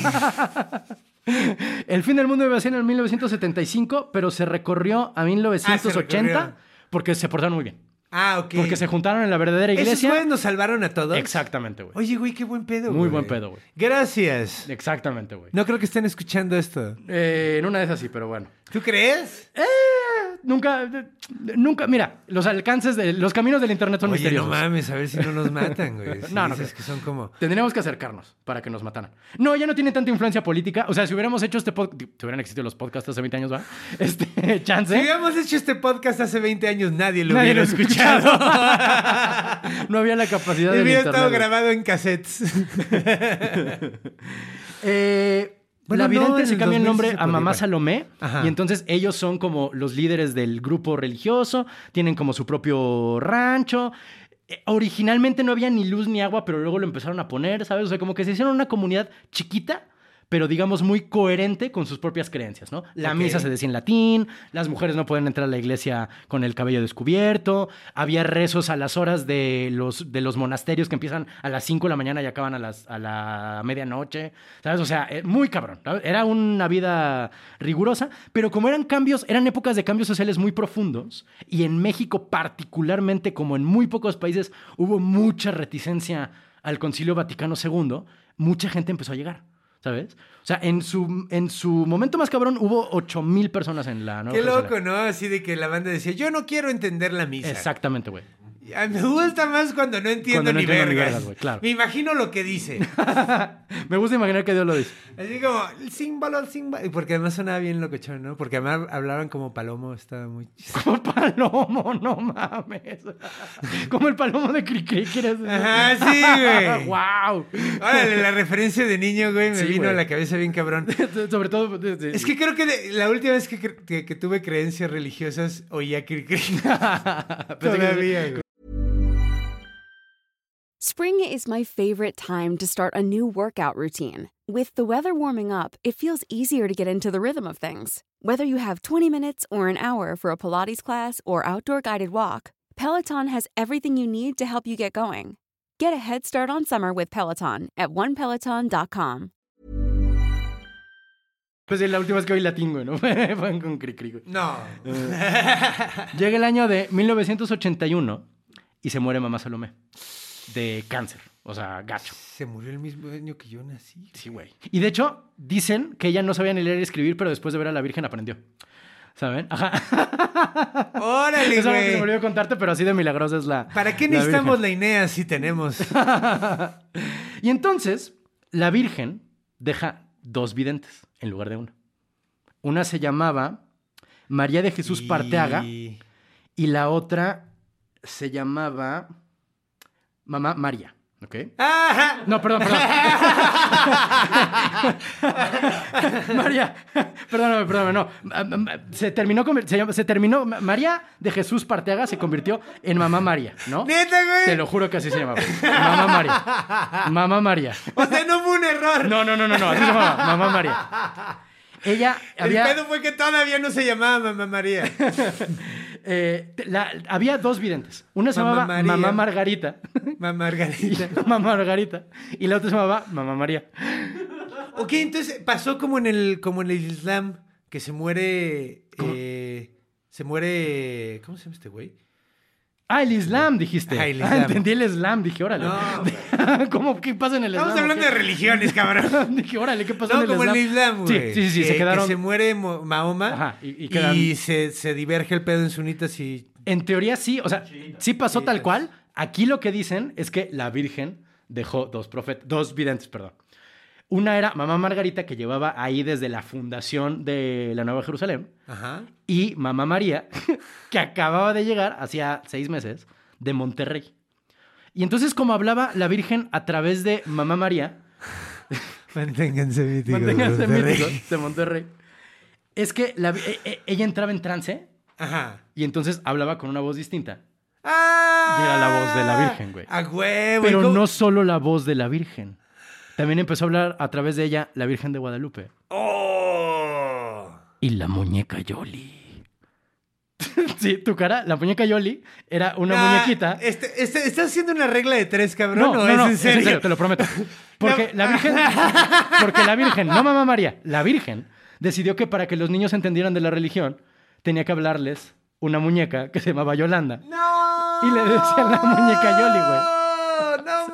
Speaker 5: El fin del mundo iba a ser en el 1975, pero se recorrió a 1980
Speaker 1: Ah, recorrió.
Speaker 5: porque se portaron muy bien.
Speaker 1: Ah, ok.
Speaker 5: Porque se juntaron en la verdadera
Speaker 1: ¿Esos
Speaker 5: iglesia.
Speaker 1: güeyes nos salvaron a todos?
Speaker 5: Exactamente, güey.
Speaker 1: Oye, güey, qué buen pedo,
Speaker 5: pues. Muy
Speaker 1: güey.
Speaker 5: buen pedo, güey.
Speaker 1: Gracias.
Speaker 5: Exactamente, güey.
Speaker 1: No creo que estén escuchando esto.
Speaker 5: Eh, en una de esas sí, pero bueno. Eh,
Speaker 1: ¿Tú crees?
Speaker 5: Nunca, nunca, mira, los alcances de los caminos del internet son
Speaker 1: Oye, no
Speaker 5: misteriosos.
Speaker 1: mames, a ver si no nos matan, güey. Si
Speaker 5: No, no
Speaker 1: dices
Speaker 5: creo. ¿Eh?
Speaker 1: que son como...
Speaker 5: Tendríamos que acercarnos para que nos mataran. No, ya no tiene tanta influencia política. O sea, si hubiéramos hecho este podcast, si hubieran existido los podcasts hace 20 años, ¿va? Este, chance.
Speaker 1: Si hubiéramos hecho este podcast hace 20 años, nadie lo
Speaker 5: Nadie
Speaker 1: hubiera
Speaker 5: lo
Speaker 1: escuchado.
Speaker 5: no había la capacidad de
Speaker 1: hubiera estado
Speaker 5: internet. güey.
Speaker 1: grabado en cassettes.
Speaker 5: Eh,
Speaker 1: Bueno,
Speaker 5: la
Speaker 1: no,
Speaker 5: vidente
Speaker 1: en
Speaker 5: se
Speaker 1: el
Speaker 5: cambia
Speaker 1: 2000
Speaker 5: el nombre
Speaker 1: se
Speaker 5: a Mamá
Speaker 1: podía.
Speaker 5: Salomé
Speaker 1: Ajá.
Speaker 5: y entonces ellos son como los líderes del grupo religioso, tienen como su propio rancho. Eh, originalmente no había ni luz ni agua, pero luego lo empezaron a poner, ¿sabes? O sea, como que se hicieron una comunidad chiquita, pero digamos muy coherente con sus propias creencias, ¿no? La
Speaker 1: Ok.
Speaker 5: misa se decía en latín, las mujeres no pueden entrar a la iglesia con el cabello descubierto, había rezos a las horas de los, de los monasterios que empiezan a las 5 de la mañana y acaban a, las, a la medianoche, ¿sabes? O sea, eh, muy cabrón, ¿sabes? era una vida rigurosa, pero como eran cambios, eran épocas de cambios sociales muy profundos y en México particularmente, como en muy pocos países, hubo mucha reticencia al Concilio Vaticano II, mucha gente empezó a llegar. ¿Sabes? O sea, en su, en su momento más cabrón hubo 8000 personas en la Nueva
Speaker 1: Qué
Speaker 5: Jerusalén.
Speaker 1: loco, ¿no? Así de que la banda decía, yo no quiero entender la misa.
Speaker 5: Exactamente, güey.
Speaker 1: A mí me gusta más cuando no entiendo
Speaker 5: Cuando no
Speaker 1: ni
Speaker 5: entiendo ni
Speaker 1: vergas.
Speaker 5: vergas, güey, claro.
Speaker 1: Me imagino lo que dice.
Speaker 5: Me gusta imaginar que Dios lo dice.
Speaker 1: Así como, el símbolo, el símbolo. Y Porque además sonaba bien locochón, ¿no? Porque además hablaban como palomo, estaba muy chistoso.
Speaker 5: Como palomo, no mames. Como el palomo de Cricri, ¿quieres decir?
Speaker 1: Ajá, sí, güey.
Speaker 5: ¡Wow!
Speaker 1: Órale, la referencia de niño, güey, me
Speaker 5: Sí,
Speaker 1: vino a
Speaker 5: güey.
Speaker 1: la cabeza bien cabrón.
Speaker 5: Sobre todo. pues, de- de-
Speaker 1: Es que creo que de- la última vez que, cre- que- que tuve creencias religiosas oía que
Speaker 5: Pensé que-
Speaker 1: Todavía, güey.
Speaker 6: Spring is my favorite time to start a new workout routine. With the weather warming up, it feels easier to get into the rhythm of things. Whether you have 20 minutes or an hour for a Pilates class or outdoor guided walk, Peloton has everything you need to help you get going. Get a head start on summer with Peloton at onepeloton.com.
Speaker 5: Pues sí, la última vez que oí latín, güey, ¿no? Fue con Cricri, güey.
Speaker 1: No.
Speaker 5: Llega el año de 1981 y se muere mamá Salomé de cáncer. O sea, gacho.
Speaker 1: Se murió el mismo año que yo nací.
Speaker 5: Sí, güey. Y de hecho, dicen que ella no sabía ni leer ni escribir, pero después de ver a la Virgen aprendió. ¿Saben? Ajá.
Speaker 1: Órale,
Speaker 5: Eso es algo que se me
Speaker 1: güey.
Speaker 5: olvidó contarte, pero así de milagrosa es la.
Speaker 1: ¿Para qué
Speaker 5: la
Speaker 1: necesitamos la INEA si tenemos?
Speaker 5: Virgen. Y entonces, la Virgen deja dos videntes en lugar de una. Una se llamaba María de Jesús
Speaker 1: Y-
Speaker 5: Parteaga y la otra se llamaba Mamá María. ¿Ok?
Speaker 1: Ajá.
Speaker 5: No, perdón, perdón. María, perdóname, perdóname, no. Ma- ma- ma- Se terminó, conver- se, llama- se terminó, Ma- María de Jesús Parteaga se convirtió en Mamá María, ¿no?
Speaker 1: Neta, güey.
Speaker 5: Te lo juro que así se llamaba. Mamá María. Mamá María.
Speaker 1: O sea, no fue un error.
Speaker 5: No, no, no, no, no, así se llamaba. Mamá María. Ella había...
Speaker 1: El pedo fue que todavía no se llamaba Mamá María.
Speaker 5: eh, te- la- había dos videntes. Una se
Speaker 1: Mamá
Speaker 5: llamaba
Speaker 1: María.
Speaker 5: Mamá Margarita.
Speaker 1: Mamá
Speaker 5: y-
Speaker 1: Margarita.
Speaker 5: Mamá Margarita. Y la otra se llamaba Mamá María.
Speaker 1: Ok, entonces pasó como en el, como en el Islam, que se muere. eh, se muere. ¿Cómo se llama este güey?
Speaker 5: Ah, el Islam, dijiste.
Speaker 1: Ah, el
Speaker 5: Ah,
Speaker 1: Islam.
Speaker 5: entendí el Islam, dije, órale.
Speaker 1: No,
Speaker 5: ¿Cómo? ¿Qué pasa en el Islam?
Speaker 1: Estamos hablando de religiones, cabrón.
Speaker 5: religión. Dije, órale, ¿qué pasa
Speaker 1: No,
Speaker 5: en el
Speaker 1: como
Speaker 5: Islam?
Speaker 1: el Islam, güey.
Speaker 5: Sí, sí, sí,
Speaker 1: que-
Speaker 5: se quedaron.
Speaker 1: que se muere Mo- Mahoma
Speaker 5: Ajá, y- y quedan-
Speaker 1: se, se diverge el pedo en sunitas y.
Speaker 5: En teoría sí, o sea, sí pasó tal cual. Aquí lo que dicen es que la Virgen dejó dos profetas, dos videntes, perdón. Una era Mamá Margarita, que llevaba ahí desde la fundación de la Nueva Jerusalén,
Speaker 1: Ajá.
Speaker 5: y Mamá María, que acababa de llegar hacía seis meses de Monterrey. Y entonces, como hablaba la Virgen a través de Mamá María,
Speaker 1: Manténganse míticos.
Speaker 5: manténganse
Speaker 1: Monterrey.
Speaker 5: míticos de Monterrey, es que la vi- e- e- ella entraba en trance
Speaker 1: Ajá.
Speaker 5: y entonces hablaba con una voz distinta.
Speaker 1: ¡Ah!
Speaker 5: Y era la voz de la Virgen, güey.
Speaker 1: A huevo. ¿y
Speaker 5: Pero
Speaker 1: cómo-
Speaker 5: no solo la voz de la Virgen. También empezó a hablar a través de ella la Virgen de Guadalupe
Speaker 1: ¡Oh!
Speaker 5: y la muñeca Yoli. sí, tu cara, la muñeca Yoli era una
Speaker 1: Ah,
Speaker 5: muñequita.
Speaker 1: Este, este- ¿Estás haciendo una regla de tres, cabrón?
Speaker 5: No, no,
Speaker 1: ¿O es
Speaker 5: no,
Speaker 1: en serio.
Speaker 5: te lo prometo. Porque
Speaker 1: No.
Speaker 5: la Virgen, porque la Virgen, no mamá María, la Virgen decidió que para que los niños entendieran de la religión tenía que hablarles una muñeca que se llamaba Yolanda.
Speaker 1: ¡No!
Speaker 5: Y le decían la muñeca Yoli, güey.
Speaker 1: ¡No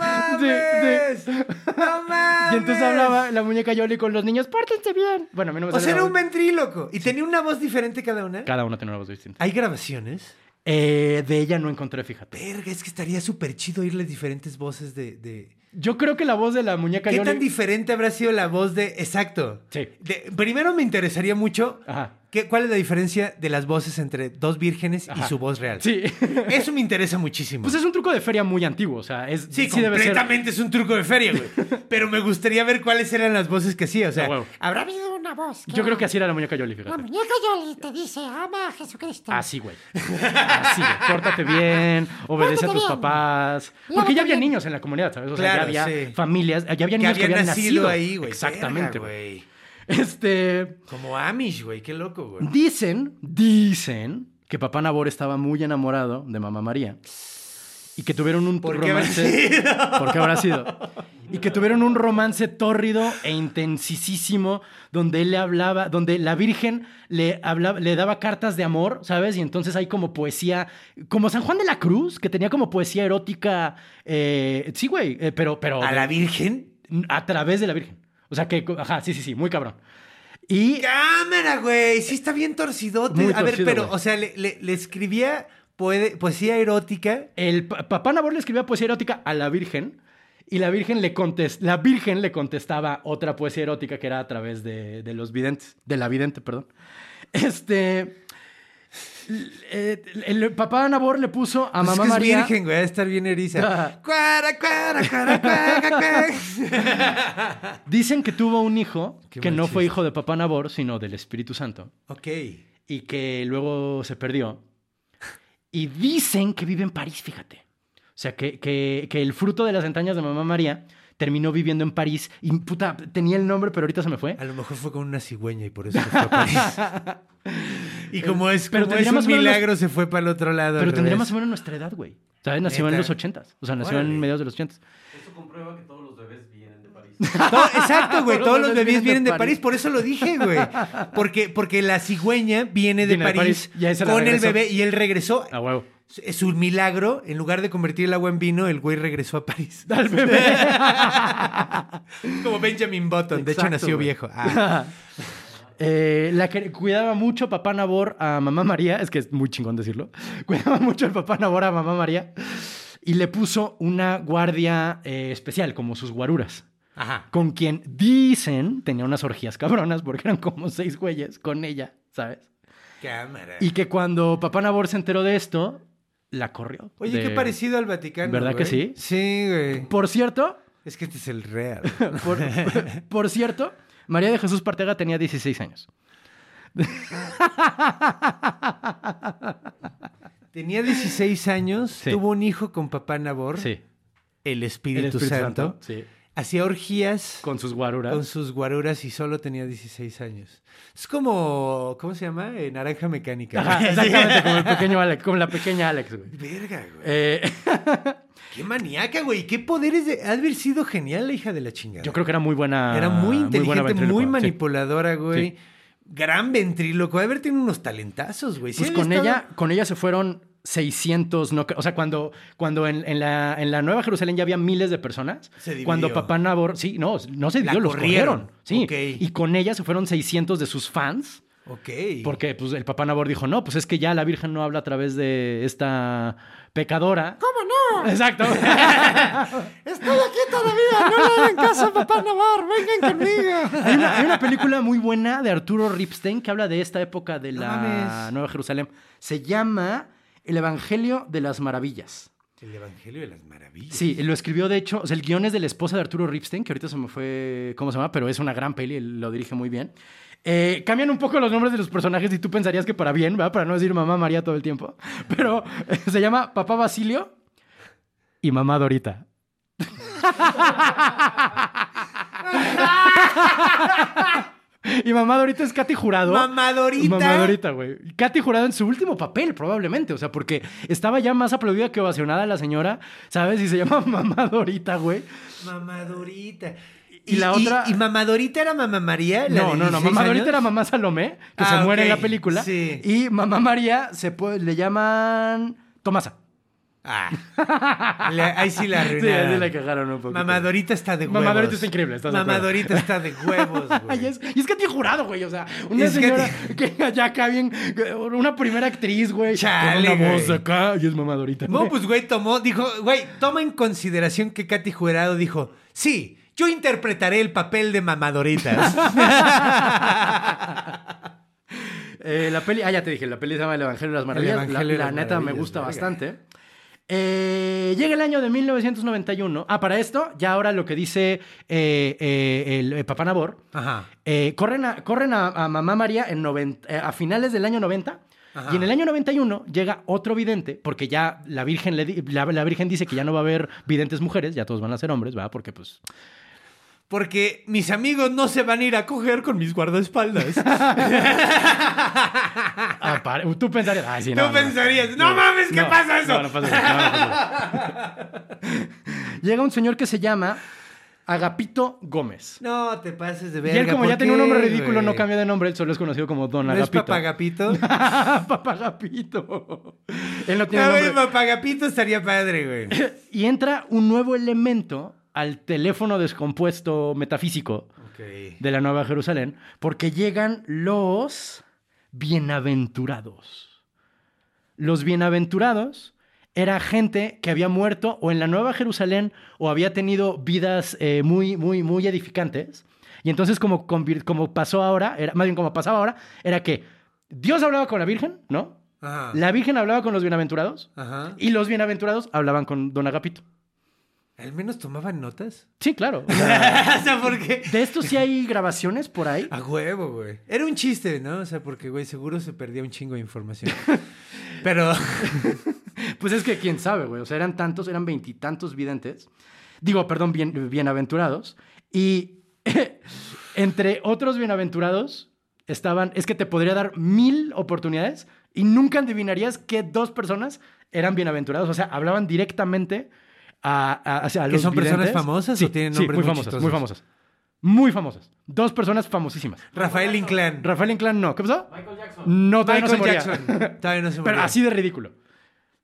Speaker 5: Sí,
Speaker 1: mames!
Speaker 5: sí.
Speaker 1: ¡No mames!
Speaker 5: Y entonces hablaba la muñeca Yoli con los niños, pórtense bien. Bueno, a mí no me
Speaker 1: O sea,
Speaker 5: sale
Speaker 1: era
Speaker 5: la
Speaker 1: un ventríloco. ¿Y tenía una voz diferente cada una?
Speaker 5: Cada uno tiene una voz distinta.
Speaker 1: ¿Hay grabaciones?
Speaker 5: Eh, de ella no encontré, fíjate.
Speaker 1: Verga, es que estaría súper chido oírle diferentes voces de... de-
Speaker 5: Yo creo que la voz de la muñeca
Speaker 1: ¿Qué
Speaker 5: Yoli.
Speaker 1: tan diferente habrá sido la voz de... Exacto.
Speaker 5: ¿eh? Sí.
Speaker 1: De- Primero me interesaría mucho...
Speaker 5: Ajá.
Speaker 1: ¿qué- ¿Cuál es la diferencia de las voces entre dos vírgenes y
Speaker 5: Ajá.
Speaker 1: su voz real?
Speaker 5: Sí.
Speaker 1: Eso me interesa muchísimo.
Speaker 5: Pues es un truco de feria muy antiguo, o sea, es
Speaker 1: Sí,
Speaker 5: debe ser-
Speaker 1: completamente es un truco de feria, güey. Pero me gustaría ver cuáles eran las voces que hacía. O sea,
Speaker 5: A Ah, huevo.
Speaker 1: habrá
Speaker 7: Ha habido una voz. que
Speaker 5: Yo creo
Speaker 7: la-
Speaker 5: que Ah. así era la muñeca Yoli,
Speaker 7: La
Speaker 5: fíjate.
Speaker 7: muñeca Yoli te dice, ama a Jesucristo.
Speaker 5: Así, güey. Así, güey. Pórtate bien, obedece a tus
Speaker 7: Pórtate bien.
Speaker 5: papás. Porque
Speaker 7: Lávate
Speaker 5: ya había
Speaker 7: bien.
Speaker 5: niños en la comunidad, ¿sabes? O sea,
Speaker 1: Claro,
Speaker 5: ya había
Speaker 1: sí.
Speaker 5: familias, ya había
Speaker 1: que
Speaker 5: niños que,
Speaker 1: había
Speaker 5: habían
Speaker 1: nacido ahí, güey.
Speaker 5: Exactamente,
Speaker 1: Verga,
Speaker 5: güey. Este.
Speaker 1: Como Amish, güey. Qué loco, güey.
Speaker 5: Dicen, dicen que papá Nabor estaba muy enamorado de mamá María y que tuvieron un
Speaker 1: ¿Por qué habrá
Speaker 5: romance. ¿Por qué habrá sido? Y que tuvieron un romance tórrido e intensísimo donde él le hablaba, donde la Virgen le hablaba, le daba cartas de amor, ¿sabes? Y entonces hay como poesía, como San Juan de la Cruz, que tenía como poesía erótica. eh, sí, güey, eh, pero, pero
Speaker 1: ¿A la Virgen?
Speaker 5: a través de la Virgen. O sea que, ajá, sí, sí, sí, muy cabrón. Y
Speaker 1: Cámara, güey. Sí está bien torcidote.
Speaker 5: Muy
Speaker 1: A ver,
Speaker 5: torcido,
Speaker 1: pero,
Speaker 5: güey.
Speaker 1: o sea, le, le- le escribía poe- poesía erótica.
Speaker 5: El pa- papá Nabor le escribía poesía erótica a la Virgen y la Virgen le contest- la Virgen le contestaba otra poesía erótica que era a través de, de los videntes, de la vidente, perdón. Este l- eh, el, papá Nabor le puso a
Speaker 1: Pues es
Speaker 5: mamá
Speaker 1: que es
Speaker 5: María
Speaker 1: virgen, güey. Ha de estar bien eriza.
Speaker 5: Ajá.
Speaker 1: Cuara, cuara, cuara, cuara, cuara.
Speaker 5: dicen que tuvo un hijo
Speaker 1: Qué
Speaker 5: que
Speaker 1: mal
Speaker 5: no fue
Speaker 1: chiste.
Speaker 5: hijo de papá Nabor, sino del Espíritu Santo
Speaker 1: ok.
Speaker 5: y que luego se perdió. Y dicen que vive en París, fíjate. O sea, que, que- que el fruto de las entrañas de mamá María terminó viviendo en París. Y puta, tenía el nombre, pero ahorita se me fue.
Speaker 1: A lo mejor fue con una cigüeña y por eso se fue a París. y como es,
Speaker 5: Pero
Speaker 1: como es
Speaker 5: tendría
Speaker 1: un
Speaker 5: más o menos-
Speaker 1: milagro, se fue para el otro lado.
Speaker 5: Pero
Speaker 1: al
Speaker 5: tendría
Speaker 1: revés.
Speaker 5: más o menos nuestra edad, güey. ¿Sabes? Nació
Speaker 1: Neta.
Speaker 5: en los ochentas. O sea, nació
Speaker 1: Órale.
Speaker 5: en mediados de los ochentas.
Speaker 1: No, exacto, güey. Todos los bebés vienen de
Speaker 5: París.
Speaker 1: París, por eso lo dije, güey. Porque, porque la cigüeña viene de
Speaker 5: Viene de
Speaker 1: París,
Speaker 5: París, y ahí se la
Speaker 1: con el
Speaker 5: regresó. Ah.
Speaker 1: bebé y él regresó.
Speaker 5: A huevo.
Speaker 1: Es un milagro, en lugar de convertir el agua en vino, el güey regresó a París.
Speaker 5: Al bebé.
Speaker 1: Como Benjamin Button, de hecho
Speaker 5: Exacto,
Speaker 1: nació
Speaker 5: güey.
Speaker 1: viejo. Ah.
Speaker 5: Eh, la que cuidaba mucho papá Nabor a mamá María, es que es muy chingón decirlo. Cuidaba mucho el papá Nabor a mamá María y le puso una guardia eh, especial, como sus guaruras,
Speaker 1: Ajá.
Speaker 5: con quien dicen tenía unas orgías cabronas porque eran como seis güeyes con ella, ¿sabes?
Speaker 1: Cámara.
Speaker 5: Y que cuando papá Nabor se enteró de esto, la corrió.
Speaker 1: Oye,
Speaker 5: de-
Speaker 1: qué parecido al Vaticano.
Speaker 5: ¿Verdad que
Speaker 1: güey?
Speaker 5: sí?
Speaker 1: Sí, güey.
Speaker 5: Por cierto,
Speaker 1: Es que este es el real.
Speaker 5: por, por cierto, María de Jesús Partega tenía 16 años.
Speaker 1: Tenía 16 años,
Speaker 5: Sí.
Speaker 1: tuvo un hijo con papá Nabor,
Speaker 5: Sí.
Speaker 1: el, Espíritu
Speaker 5: El Espíritu
Speaker 1: Santo,
Speaker 5: Santo, sí.
Speaker 1: hacía orgías con,
Speaker 5: Con sus guaruras.
Speaker 1: sus guaruras y solo tenía 16 años. Es como, ¿cómo se llama? Eh, naranja mecánica.
Speaker 5: Ajá, exactamente, como el pequeño Alex, como la pequeña Alex, güey.
Speaker 1: Verga, güey.
Speaker 5: Eh,
Speaker 1: Qué maníaca, güey. Qué poderes de... Ha de haber sido genial la hija de la chingada.
Speaker 5: yo creo que era muy buena.
Speaker 1: Era muy
Speaker 5: buena
Speaker 1: inteligente, muy,
Speaker 5: ventrílocua, sí.
Speaker 1: manipuladora, güey.
Speaker 5: Sí.
Speaker 1: Gran ventríloco. Ha de haber tenido unos talentazos, güey. Sí
Speaker 5: Pues
Speaker 1: había
Speaker 5: con
Speaker 1: estado-
Speaker 5: ella, con ella se fueron 600, no, cre- o sea, cuando, cuando en, en la, en la Nueva Jerusalén ya había miles de personas,
Speaker 1: Se dividió.
Speaker 5: cuando papá Nabor, sí, no, no se
Speaker 1: La
Speaker 5: dividió, los
Speaker 1: corrieron.
Speaker 5: corrieron, sí,
Speaker 1: Ok.
Speaker 5: y con ella se fueron 600 de sus fans,
Speaker 1: Ok.
Speaker 5: porque pues el papá Nabor dijo, no, pues es que ya la Virgen no habla a través de esta pecadora.
Speaker 7: ¿Cómo no?
Speaker 5: Exacto.
Speaker 7: Estoy aquí todavía. No le hagan caso a papá Navar. Vengan conmigo.
Speaker 5: Hay una, hay una película muy buena de Arturo Ripstein que habla de esta época de
Speaker 1: No
Speaker 5: la
Speaker 1: mames.
Speaker 5: Nueva Jerusalén. Se llama El Evangelio de las Maravillas.
Speaker 1: El Evangelio de las Maravillas.
Speaker 5: Sí, lo escribió de hecho, o sea, el guion es de la esposa de Arturo Ripstein, que ahorita se me fue cómo se llama, pero es una gran peli, él lo dirige muy bien. Eh, cambian un poco los nombres de los personajes y tú pensarías que para bien, ¿verdad? Para no decir mamá María todo el tiempo. Pero eh, se llama Papá Basilio y Mamá Dorita. y Mamá Dorita es Katy Jurado.
Speaker 1: Mamadorita.
Speaker 5: Mamadorita, güey. Katy Jurado en su último papel, probablemente. O sea, porque estaba ya más aplaudida que ovacionada la señora, ¿sabes? Y se llama Mamadorita, güey.
Speaker 1: Mamadorita.
Speaker 5: Y la otra-
Speaker 1: ¿Y Mamadorita era Mamá María? la
Speaker 5: No,
Speaker 1: de
Speaker 5: no, no.
Speaker 1: 16
Speaker 5: Mamadorita
Speaker 1: años?
Speaker 5: era mamá Salomé, que
Speaker 1: Ah,
Speaker 5: se muere en
Speaker 1: ok.
Speaker 5: la película.
Speaker 1: Sí.
Speaker 5: Y mamá María se po- le llaman Tomasa.
Speaker 1: Ah. La- ahí sí la
Speaker 5: Sí,
Speaker 1: arruinaron.
Speaker 5: ahí la cagaron un poco.
Speaker 1: Mamadorita está de huevos.
Speaker 5: Mamadorita está increíble, ¿estás de acuerdo?
Speaker 1: Mamadorita está de huevos, güey.
Speaker 5: Ay, es, y es que te jurado, güey. O sea, una
Speaker 1: Es que
Speaker 5: señora que, allá acá bien. Una primera actriz, güey.
Speaker 1: Chale,
Speaker 5: con una voz
Speaker 1: güey.
Speaker 5: acá y es mamadorita.
Speaker 1: No,
Speaker 5: güey.
Speaker 1: pues güey tomó, dijo, güey, toma en consideración que Katy Jurado dijo, sí, yo interpretaré el papel de mamadoritas.
Speaker 5: Eh, la peli, ah, ya te dije, la peli se llama El Evangelio de las Maravillas. La-
Speaker 1: Evangelio de
Speaker 5: la
Speaker 1: las
Speaker 5: neta me
Speaker 1: Maravillas,
Speaker 5: gusta
Speaker 1: verga.
Speaker 5: bastante. Eh, llega el año de 1991. Ah, para esto, ya ahora lo que dice eh, eh, el eh, Papá Nabor.
Speaker 1: Ajá.
Speaker 5: Eh, corren a, corren a, a Mamá María en noven- eh, a finales del año 90.
Speaker 1: Ajá.
Speaker 5: Y en el año 91 llega otro vidente, porque ya la Virgen, le di- la, la Virgen dice que ya no va a haber videntes mujeres, ya todos van a ser hombres, ¿verdad? Porque pues
Speaker 1: Porque mis amigos no se van a ir a coger con mis guardaespaldas.
Speaker 5: Ah, para- tú pensarías. Ay, sí,
Speaker 1: Tú pensarías, "No mames, ¿qué pasa eso?"
Speaker 5: no, no pasa eso, no, no pasa eso. Llega un señor que se llama Agapito Gómez.
Speaker 1: No, te pases de
Speaker 5: Y
Speaker 1: verga.
Speaker 5: él, como
Speaker 1: ¿por
Speaker 5: ya tenía un nombre
Speaker 1: qué,
Speaker 5: ridículo,
Speaker 1: güey?
Speaker 5: no cambió de nombre. Él solo es conocido como Don
Speaker 1: ¿No es
Speaker 5: Agapito.
Speaker 1: papagapito?
Speaker 5: Papá Agapito. Él no tiene
Speaker 1: No, güey,
Speaker 5: nombre.
Speaker 1: papagapito estaría padre, güey.
Speaker 5: Y entra un nuevo elemento al teléfono descompuesto metafísico
Speaker 1: Ok.
Speaker 5: de la Nueva Jerusalén, porque llegan los bienaventurados. Los bienaventurados era gente que había muerto o en la Nueva Jerusalén o había tenido vidas eh, muy, muy, muy edificantes. Y entonces como, convir- como pasó ahora, era, más bien como pasaba ahora, era que Dios hablaba con la Virgen, ¿no?
Speaker 1: Ajá.
Speaker 5: La Virgen hablaba con los bienaventurados
Speaker 1: Ajá.
Speaker 5: y los bienaventurados hablaban con Don Agapito.
Speaker 1: Al menos tomaban notas.
Speaker 5: Sí, claro. o sea,
Speaker 1: o sea, porque...
Speaker 5: de esto sí hay grabaciones por ahí.
Speaker 1: A huevo, güey. Era un chiste, ¿no? O sea, porque, güey, seguro se perdía un chingo de información. Pero...
Speaker 5: Pues es que quién sabe, güey. O sea, eran tantos, eran veintitantos videntes. Digo, perdón, bien, bienaventurados. Y entre otros bienaventurados estaban, es que te podría dar mil oportunidades y nunca adivinarías que dos personas eran bienaventurados. O sea, hablaban directamente a, a, hacia
Speaker 1: ¿Que
Speaker 5: los
Speaker 1: son personas
Speaker 5: videntes.
Speaker 1: famosas o tienen
Speaker 5: sí,
Speaker 1: nombres
Speaker 5: muy
Speaker 1: muy
Speaker 5: famosas,
Speaker 1: chistosos?
Speaker 5: muy famosas. Muy famosas. Dos personas famosísimas.
Speaker 1: Rafael Inclán.
Speaker 5: Rafael Inclán no. ¿Qué pasó? Michael Jackson. No, todavía
Speaker 1: Michael
Speaker 5: no se moría.
Speaker 1: Jackson. Todavía no se moría.
Speaker 5: Pero así de ridículo.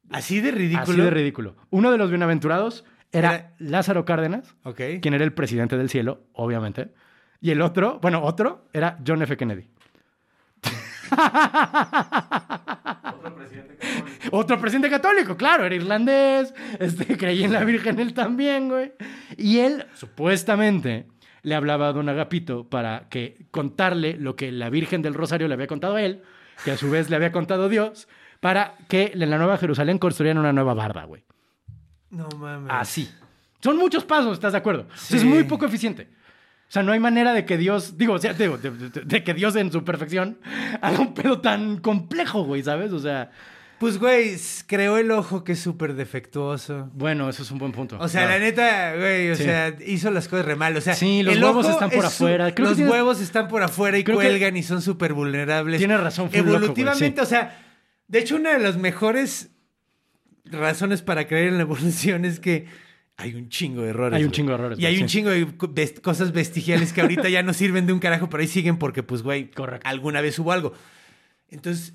Speaker 1: Así de ridículo.
Speaker 5: Así de ridículo. Uno de los bienaventurados era,
Speaker 1: Era-
Speaker 5: Lázaro Cárdenas,
Speaker 1: Ok.
Speaker 5: quien era el presidente del cielo, obviamente. Y el otro, bueno, otro era John F. Kennedy. Otro presidente católico, claro, era irlandés, este, creía en la Virgen él también, güey. Y él, supuestamente, le hablaba a don Agapito para que contarle lo que la Virgen del Rosario le había contado a él, que a su vez le había contado Dios, para que en la Nueva Jerusalén construyeran una nueva barda, güey.
Speaker 1: No mames.
Speaker 5: Así. Son muchos pasos, ¿estás de acuerdo? O sea, Es
Speaker 1: Eh. Sí.
Speaker 5: muy poco eficiente. O sea, no hay manera de que Dios, digo, o sea, digo, de, de- de que Dios en su perfección haga un pedo tan complejo, güey, ¿sabes? O sea,
Speaker 1: Pues, güey, s- creó el ojo que es súper defectuoso.
Speaker 5: bueno, eso es un buen punto.
Speaker 1: O sea,
Speaker 5: Claro.
Speaker 1: la neta, güey, o
Speaker 5: Sí.
Speaker 1: sea, hizo las cosas re mal. O sea,
Speaker 5: Sí, los
Speaker 1: el
Speaker 5: huevos
Speaker 1: ojo
Speaker 5: están por
Speaker 1: es su-
Speaker 5: afuera. Creo que
Speaker 1: los
Speaker 5: tienes-
Speaker 1: huevos están por afuera y
Speaker 5: Creo que-
Speaker 1: cuelgan y son súper vulnerables.
Speaker 5: Tienes razón, fue un loco, güey,
Speaker 1: Evolutivamente, o sea, de hecho, una de las mejores razones para creer en la evolución es que hay un chingo de errores.
Speaker 5: Hay un
Speaker 1: güey.
Speaker 5: chingo de errores,
Speaker 1: Y
Speaker 5: güey,
Speaker 1: hay un
Speaker 5: sí.
Speaker 1: chingo de co- vest- cosas vestigiales que ahorita ya no sirven de un carajo, pero ahí siguen porque, pues, güey,
Speaker 5: Correcto.
Speaker 1: alguna vez hubo algo. Entonces,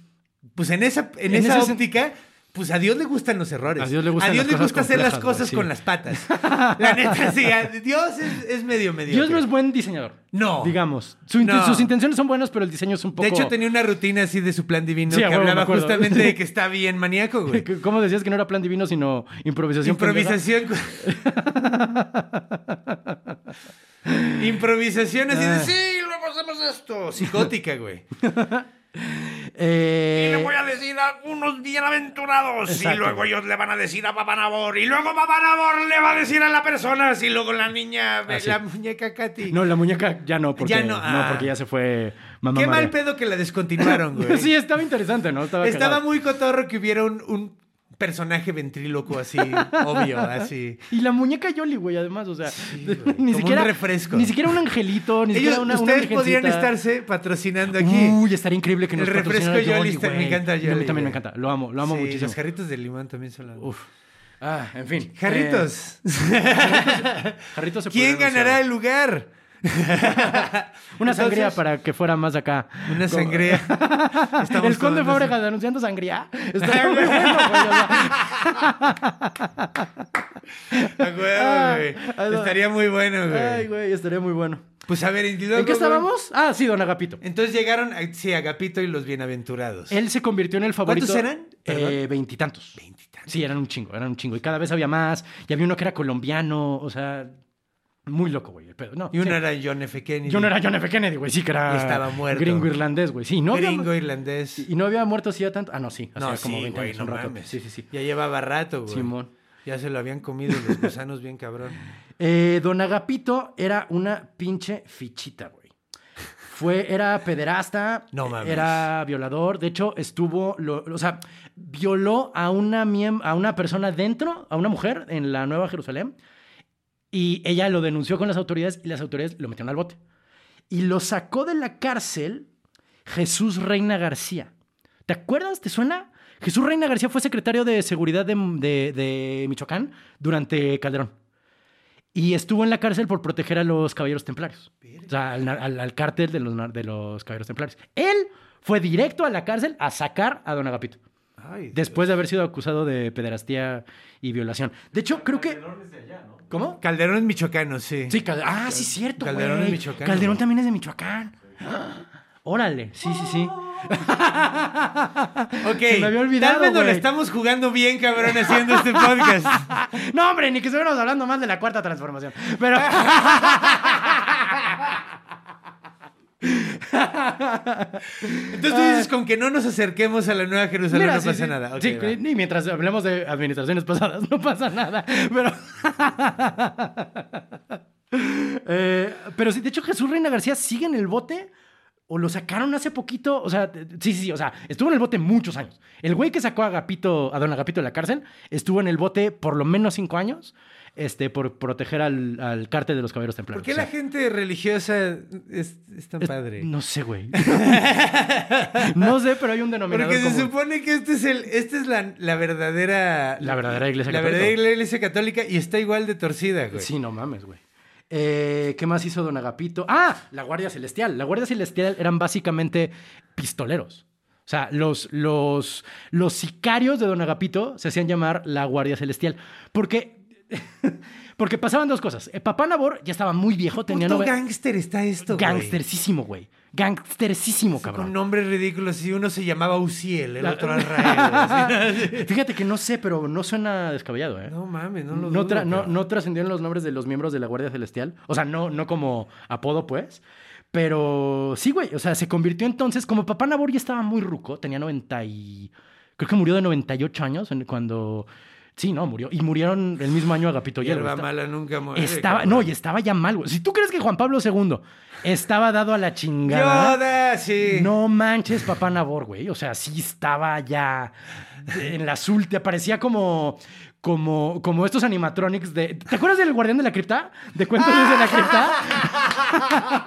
Speaker 1: pues en esa, en
Speaker 5: En
Speaker 1: esa
Speaker 5: ese sen-
Speaker 1: óptica, pues a Dios le gustan los errores.
Speaker 5: A Dios le gustan las cosas
Speaker 1: gusta hacer las
Speaker 5: complejas,
Speaker 1: cosas
Speaker 5: güey, sí.
Speaker 1: con las patas. La neta, sí, a Dios es, es medio medio.
Speaker 5: Dios no es buen diseñador.
Speaker 1: No.
Speaker 5: Digamos. Su inten-
Speaker 1: No.
Speaker 5: Sus intenciones son buenas, pero el diseño es un poco.
Speaker 1: De hecho, tenía una rutina así de su plan divino
Speaker 5: Sí, a
Speaker 1: que
Speaker 5: huevo, me
Speaker 1: hablaba
Speaker 5: acuerdo.
Speaker 1: justamente de que está bien maníaco, güey.
Speaker 5: ¿Cómo decías que no era plan divino, sino improvisación?
Speaker 1: Improvisación. Improvisación así
Speaker 5: Ah.
Speaker 1: de sí, luego hacemos esto. Psicótica, güey.
Speaker 5: pendeja? Eh,
Speaker 8: le voy a decir a unos bienaventurados
Speaker 5: Exacto.
Speaker 8: y luego ellos le van a decir a Papanabor y luego Papanabor le va a decir a la persona y luego la niña
Speaker 1: La, la muñeca Katy.
Speaker 5: Ah, No, la muñeca ya no, porque,
Speaker 1: Ya no,
Speaker 5: no,
Speaker 1: ah.
Speaker 5: porque ya se fue mamá.
Speaker 1: Qué mal
Speaker 5: María.
Speaker 1: pedo que la descontinuaron, güey.
Speaker 5: Sí, estaba interesante, ¿no? Estaba,
Speaker 1: Estaba
Speaker 5: cagado.
Speaker 1: muy cotorro que hubiera un, un personaje ventríloco así, obvio, así.
Speaker 5: Y la muñeca Yoli, güey, además, o sea,
Speaker 1: güey, como
Speaker 5: ni
Speaker 1: un
Speaker 5: siquiera
Speaker 1: refresco.
Speaker 5: Ni siquiera un angelito, ni
Speaker 1: Ellos,
Speaker 5: siquiera una
Speaker 1: ustedes
Speaker 5: una
Speaker 1: podrían
Speaker 5: virgencita.
Speaker 1: estarse patrocinando aquí.
Speaker 5: Uy, estaría increíble que
Speaker 1: El
Speaker 5: nos
Speaker 1: refresco
Speaker 5: patrocinara
Speaker 1: Yoli está- me
Speaker 5: güey.
Speaker 1: encanta
Speaker 5: A mí
Speaker 1: Yoli,
Speaker 5: también me
Speaker 1: güey.
Speaker 5: encanta. Lo amo, lo amo
Speaker 1: Sí,
Speaker 5: muchísimo.
Speaker 1: Los jarritos de limón también son la...
Speaker 5: Uf. Ah, en fin. Eh,
Speaker 1: Jarritos.
Speaker 5: jarritos se
Speaker 1: Eh, ¿Quién
Speaker 5: podrían
Speaker 1: ganará
Speaker 5: usar.
Speaker 1: el lugar?
Speaker 5: Una sangría
Speaker 1: Entonces-
Speaker 5: para que fuera más acá.
Speaker 1: Una sangría. Estamos
Speaker 5: el conde
Speaker 1: tomando-
Speaker 5: Fábregas anunciando sangría. Estaría muy bueno, güey. o sea,
Speaker 1: A huevo, güey. Estaría muy bueno,
Speaker 5: Ah,
Speaker 1: güey.
Speaker 5: Ay, güey, estaría muy bueno.
Speaker 1: Pues a ver, ¿y luego,
Speaker 5: ¿En
Speaker 1: güey?
Speaker 5: qué estábamos? Ah, sí, don Agapito.
Speaker 1: Entonces llegaron, a, sí, Agapito y los Bienaventurados.
Speaker 5: Él se convirtió en el favorito.
Speaker 1: ¿Cuántos eran?
Speaker 5: Eh,
Speaker 1: Perdón.
Speaker 5: Veintitantos.
Speaker 1: Veintitantos.
Speaker 5: Sí, eran un chingo, eran un chingo. Y cada vez había más. Y había uno que era colombiano, o sea, muy loco, güey, el pedo. No,
Speaker 1: Y uno
Speaker 5: sí.
Speaker 1: era John F. Kennedy.
Speaker 5: Y uno era John F. Kennedy, güey, sí, que era.
Speaker 1: Y estaba muerto.
Speaker 5: Gringo irlandés, güey, sí, ¿no? había-
Speaker 1: Gringo irlandés.
Speaker 5: Y no había muerto hacía tanto. Ah, no, sí, hacía
Speaker 1: No,
Speaker 5: como
Speaker 1: sí,
Speaker 5: 20
Speaker 1: güey,
Speaker 5: años,
Speaker 1: no
Speaker 5: un rato.
Speaker 1: mames.
Speaker 5: Sí, sí, sí.
Speaker 1: Ya llevaba rato, güey.
Speaker 5: Simón.
Speaker 1: Ya se lo habían comido los gusanos bien cabrón.
Speaker 5: Eh, don Agapito era una pinche fichita, güey. Fue, era pederasta, eh,
Speaker 1: No mames.
Speaker 5: era violador. De hecho, estuvo, lo- o sea, violó a una, miem- a una persona dentro, a una mujer en la Nueva Jerusalén. Y ella lo denunció con las autoridades y las autoridades lo metieron al bote. Y lo sacó de la cárcel Jesús Reina García. ¿Te acuerdas? ¿Te suena? Jesús Reina García fue secretario de Seguridad de, de- de Michoacán durante Calderón. Y estuvo en la cárcel por proteger a los caballeros templarios. O sea, al, nar- al- al cártel de los, nar- de los caballeros templarios. Él fue directo a la cárcel a sacar a don Agapito.
Speaker 1: Ay,
Speaker 5: Después de haber sido acusado de pederastía y violación. De hecho, creo que... ¿Cómo?
Speaker 1: Calderón es michoacano, sí.
Speaker 5: Sí, Calderón. Ah, sí, cierto.
Speaker 1: Calderón
Speaker 5: güey.
Speaker 1: es michoacano.
Speaker 5: Calderón también es de Michoacán. Ah, Órale. Sí, sí, sí.
Speaker 1: Ok.
Speaker 5: Se me había olvidado,
Speaker 1: Tal vez nos la
Speaker 5: güey.
Speaker 1: estamos jugando bien, cabrón, haciendo este podcast.
Speaker 5: No, hombre, ni que estuviéramos hablando más de la cuarta transformación. Pero.
Speaker 1: Entonces tú dices con que no nos acerquemos a la Nueva Jerusalén
Speaker 5: Ah. Mira,
Speaker 1: no
Speaker 5: sí,
Speaker 1: pasa
Speaker 5: sí.
Speaker 1: nada. Ok,
Speaker 5: Sí,
Speaker 1: va.
Speaker 5: ni mientras hablemos de administraciones pasadas, no pasa nada. Pero. Eh, pero sí, de hecho, Jesús Reina García sigue en el bote. O lo sacaron hace poquito. O sea, t- sí, sí, sí. O sea, estuvo en el bote muchos años. El güey que sacó a Agapito, a Don Agapito de la cárcel, estuvo en el bote por lo menos cinco años. Este, por proteger al, al cártel de los caballeros templarios.
Speaker 1: ¿Por qué
Speaker 5: O
Speaker 1: la
Speaker 5: sea,
Speaker 1: gente religiosa es, es tan
Speaker 5: es-
Speaker 1: padre?
Speaker 5: No sé, güey. no sé, pero hay un denominador.
Speaker 1: Porque se
Speaker 5: común.
Speaker 1: supone que este es el, esta es la, la verdadera...
Speaker 5: La verdadera iglesia
Speaker 1: La
Speaker 5: católica.
Speaker 1: verdadera iglesia católica y está igual de torcida, güey.
Speaker 5: Sí, no mames, güey. Eh, ¿Qué más hizo Don Agapito? Ah, la Guardia Celestial. La Guardia Celestial eran básicamente pistoleros. O sea, los, los, los sicarios de Don Agapito se hacían llamar la Guardia Celestial. Porque, porque pasaban dos cosas. Eh, Papá Nabor ya estaba muy viejo, tenía
Speaker 1: Puto
Speaker 5: nove-
Speaker 1: gángster está esto, güey.
Speaker 5: Gangstercísimo, güey. Gangstercísimo,
Speaker 1: Con
Speaker 5: cabrón.
Speaker 1: nombres ridículos. Si uno se llamaba Uciel, el
Speaker 5: La-
Speaker 1: otro Arrael. así.
Speaker 5: Fíjate que no sé, pero no suena descabellado, ¿eh?
Speaker 1: No mames, no
Speaker 5: No,
Speaker 1: lo
Speaker 5: tra-
Speaker 1: dudo,
Speaker 5: no-
Speaker 1: pero-
Speaker 5: no trascendieron los nombres de los miembros de la Guardia Celestial. O sea, no, no como apodo, pues. Pero sí, güey. O sea, se convirtió entonces, como Papá Nabor ya estaba muy ruco, tenía 90 y... Creo que murió de 98 años en- cuando... Sí, no, murió. Y murieron el mismo año Agapito Hierro.
Speaker 1: Hierba
Speaker 5: Está-
Speaker 1: mala nunca muere.
Speaker 5: Estaba,
Speaker 1: cabrón.
Speaker 5: no, y estaba ya mal, güey. Si tú crees que Juan Pablo II estaba dado a la chingada... ¿eh?
Speaker 1: Yoda, sí.
Speaker 5: No manches, papá Nabor, güey. O sea, sí estaba ya en las últimas. Parecía como, como, como estos animatronics de. ¿Te acuerdas del Guardián de la Cripta? ¿De cuentos de la Cripta?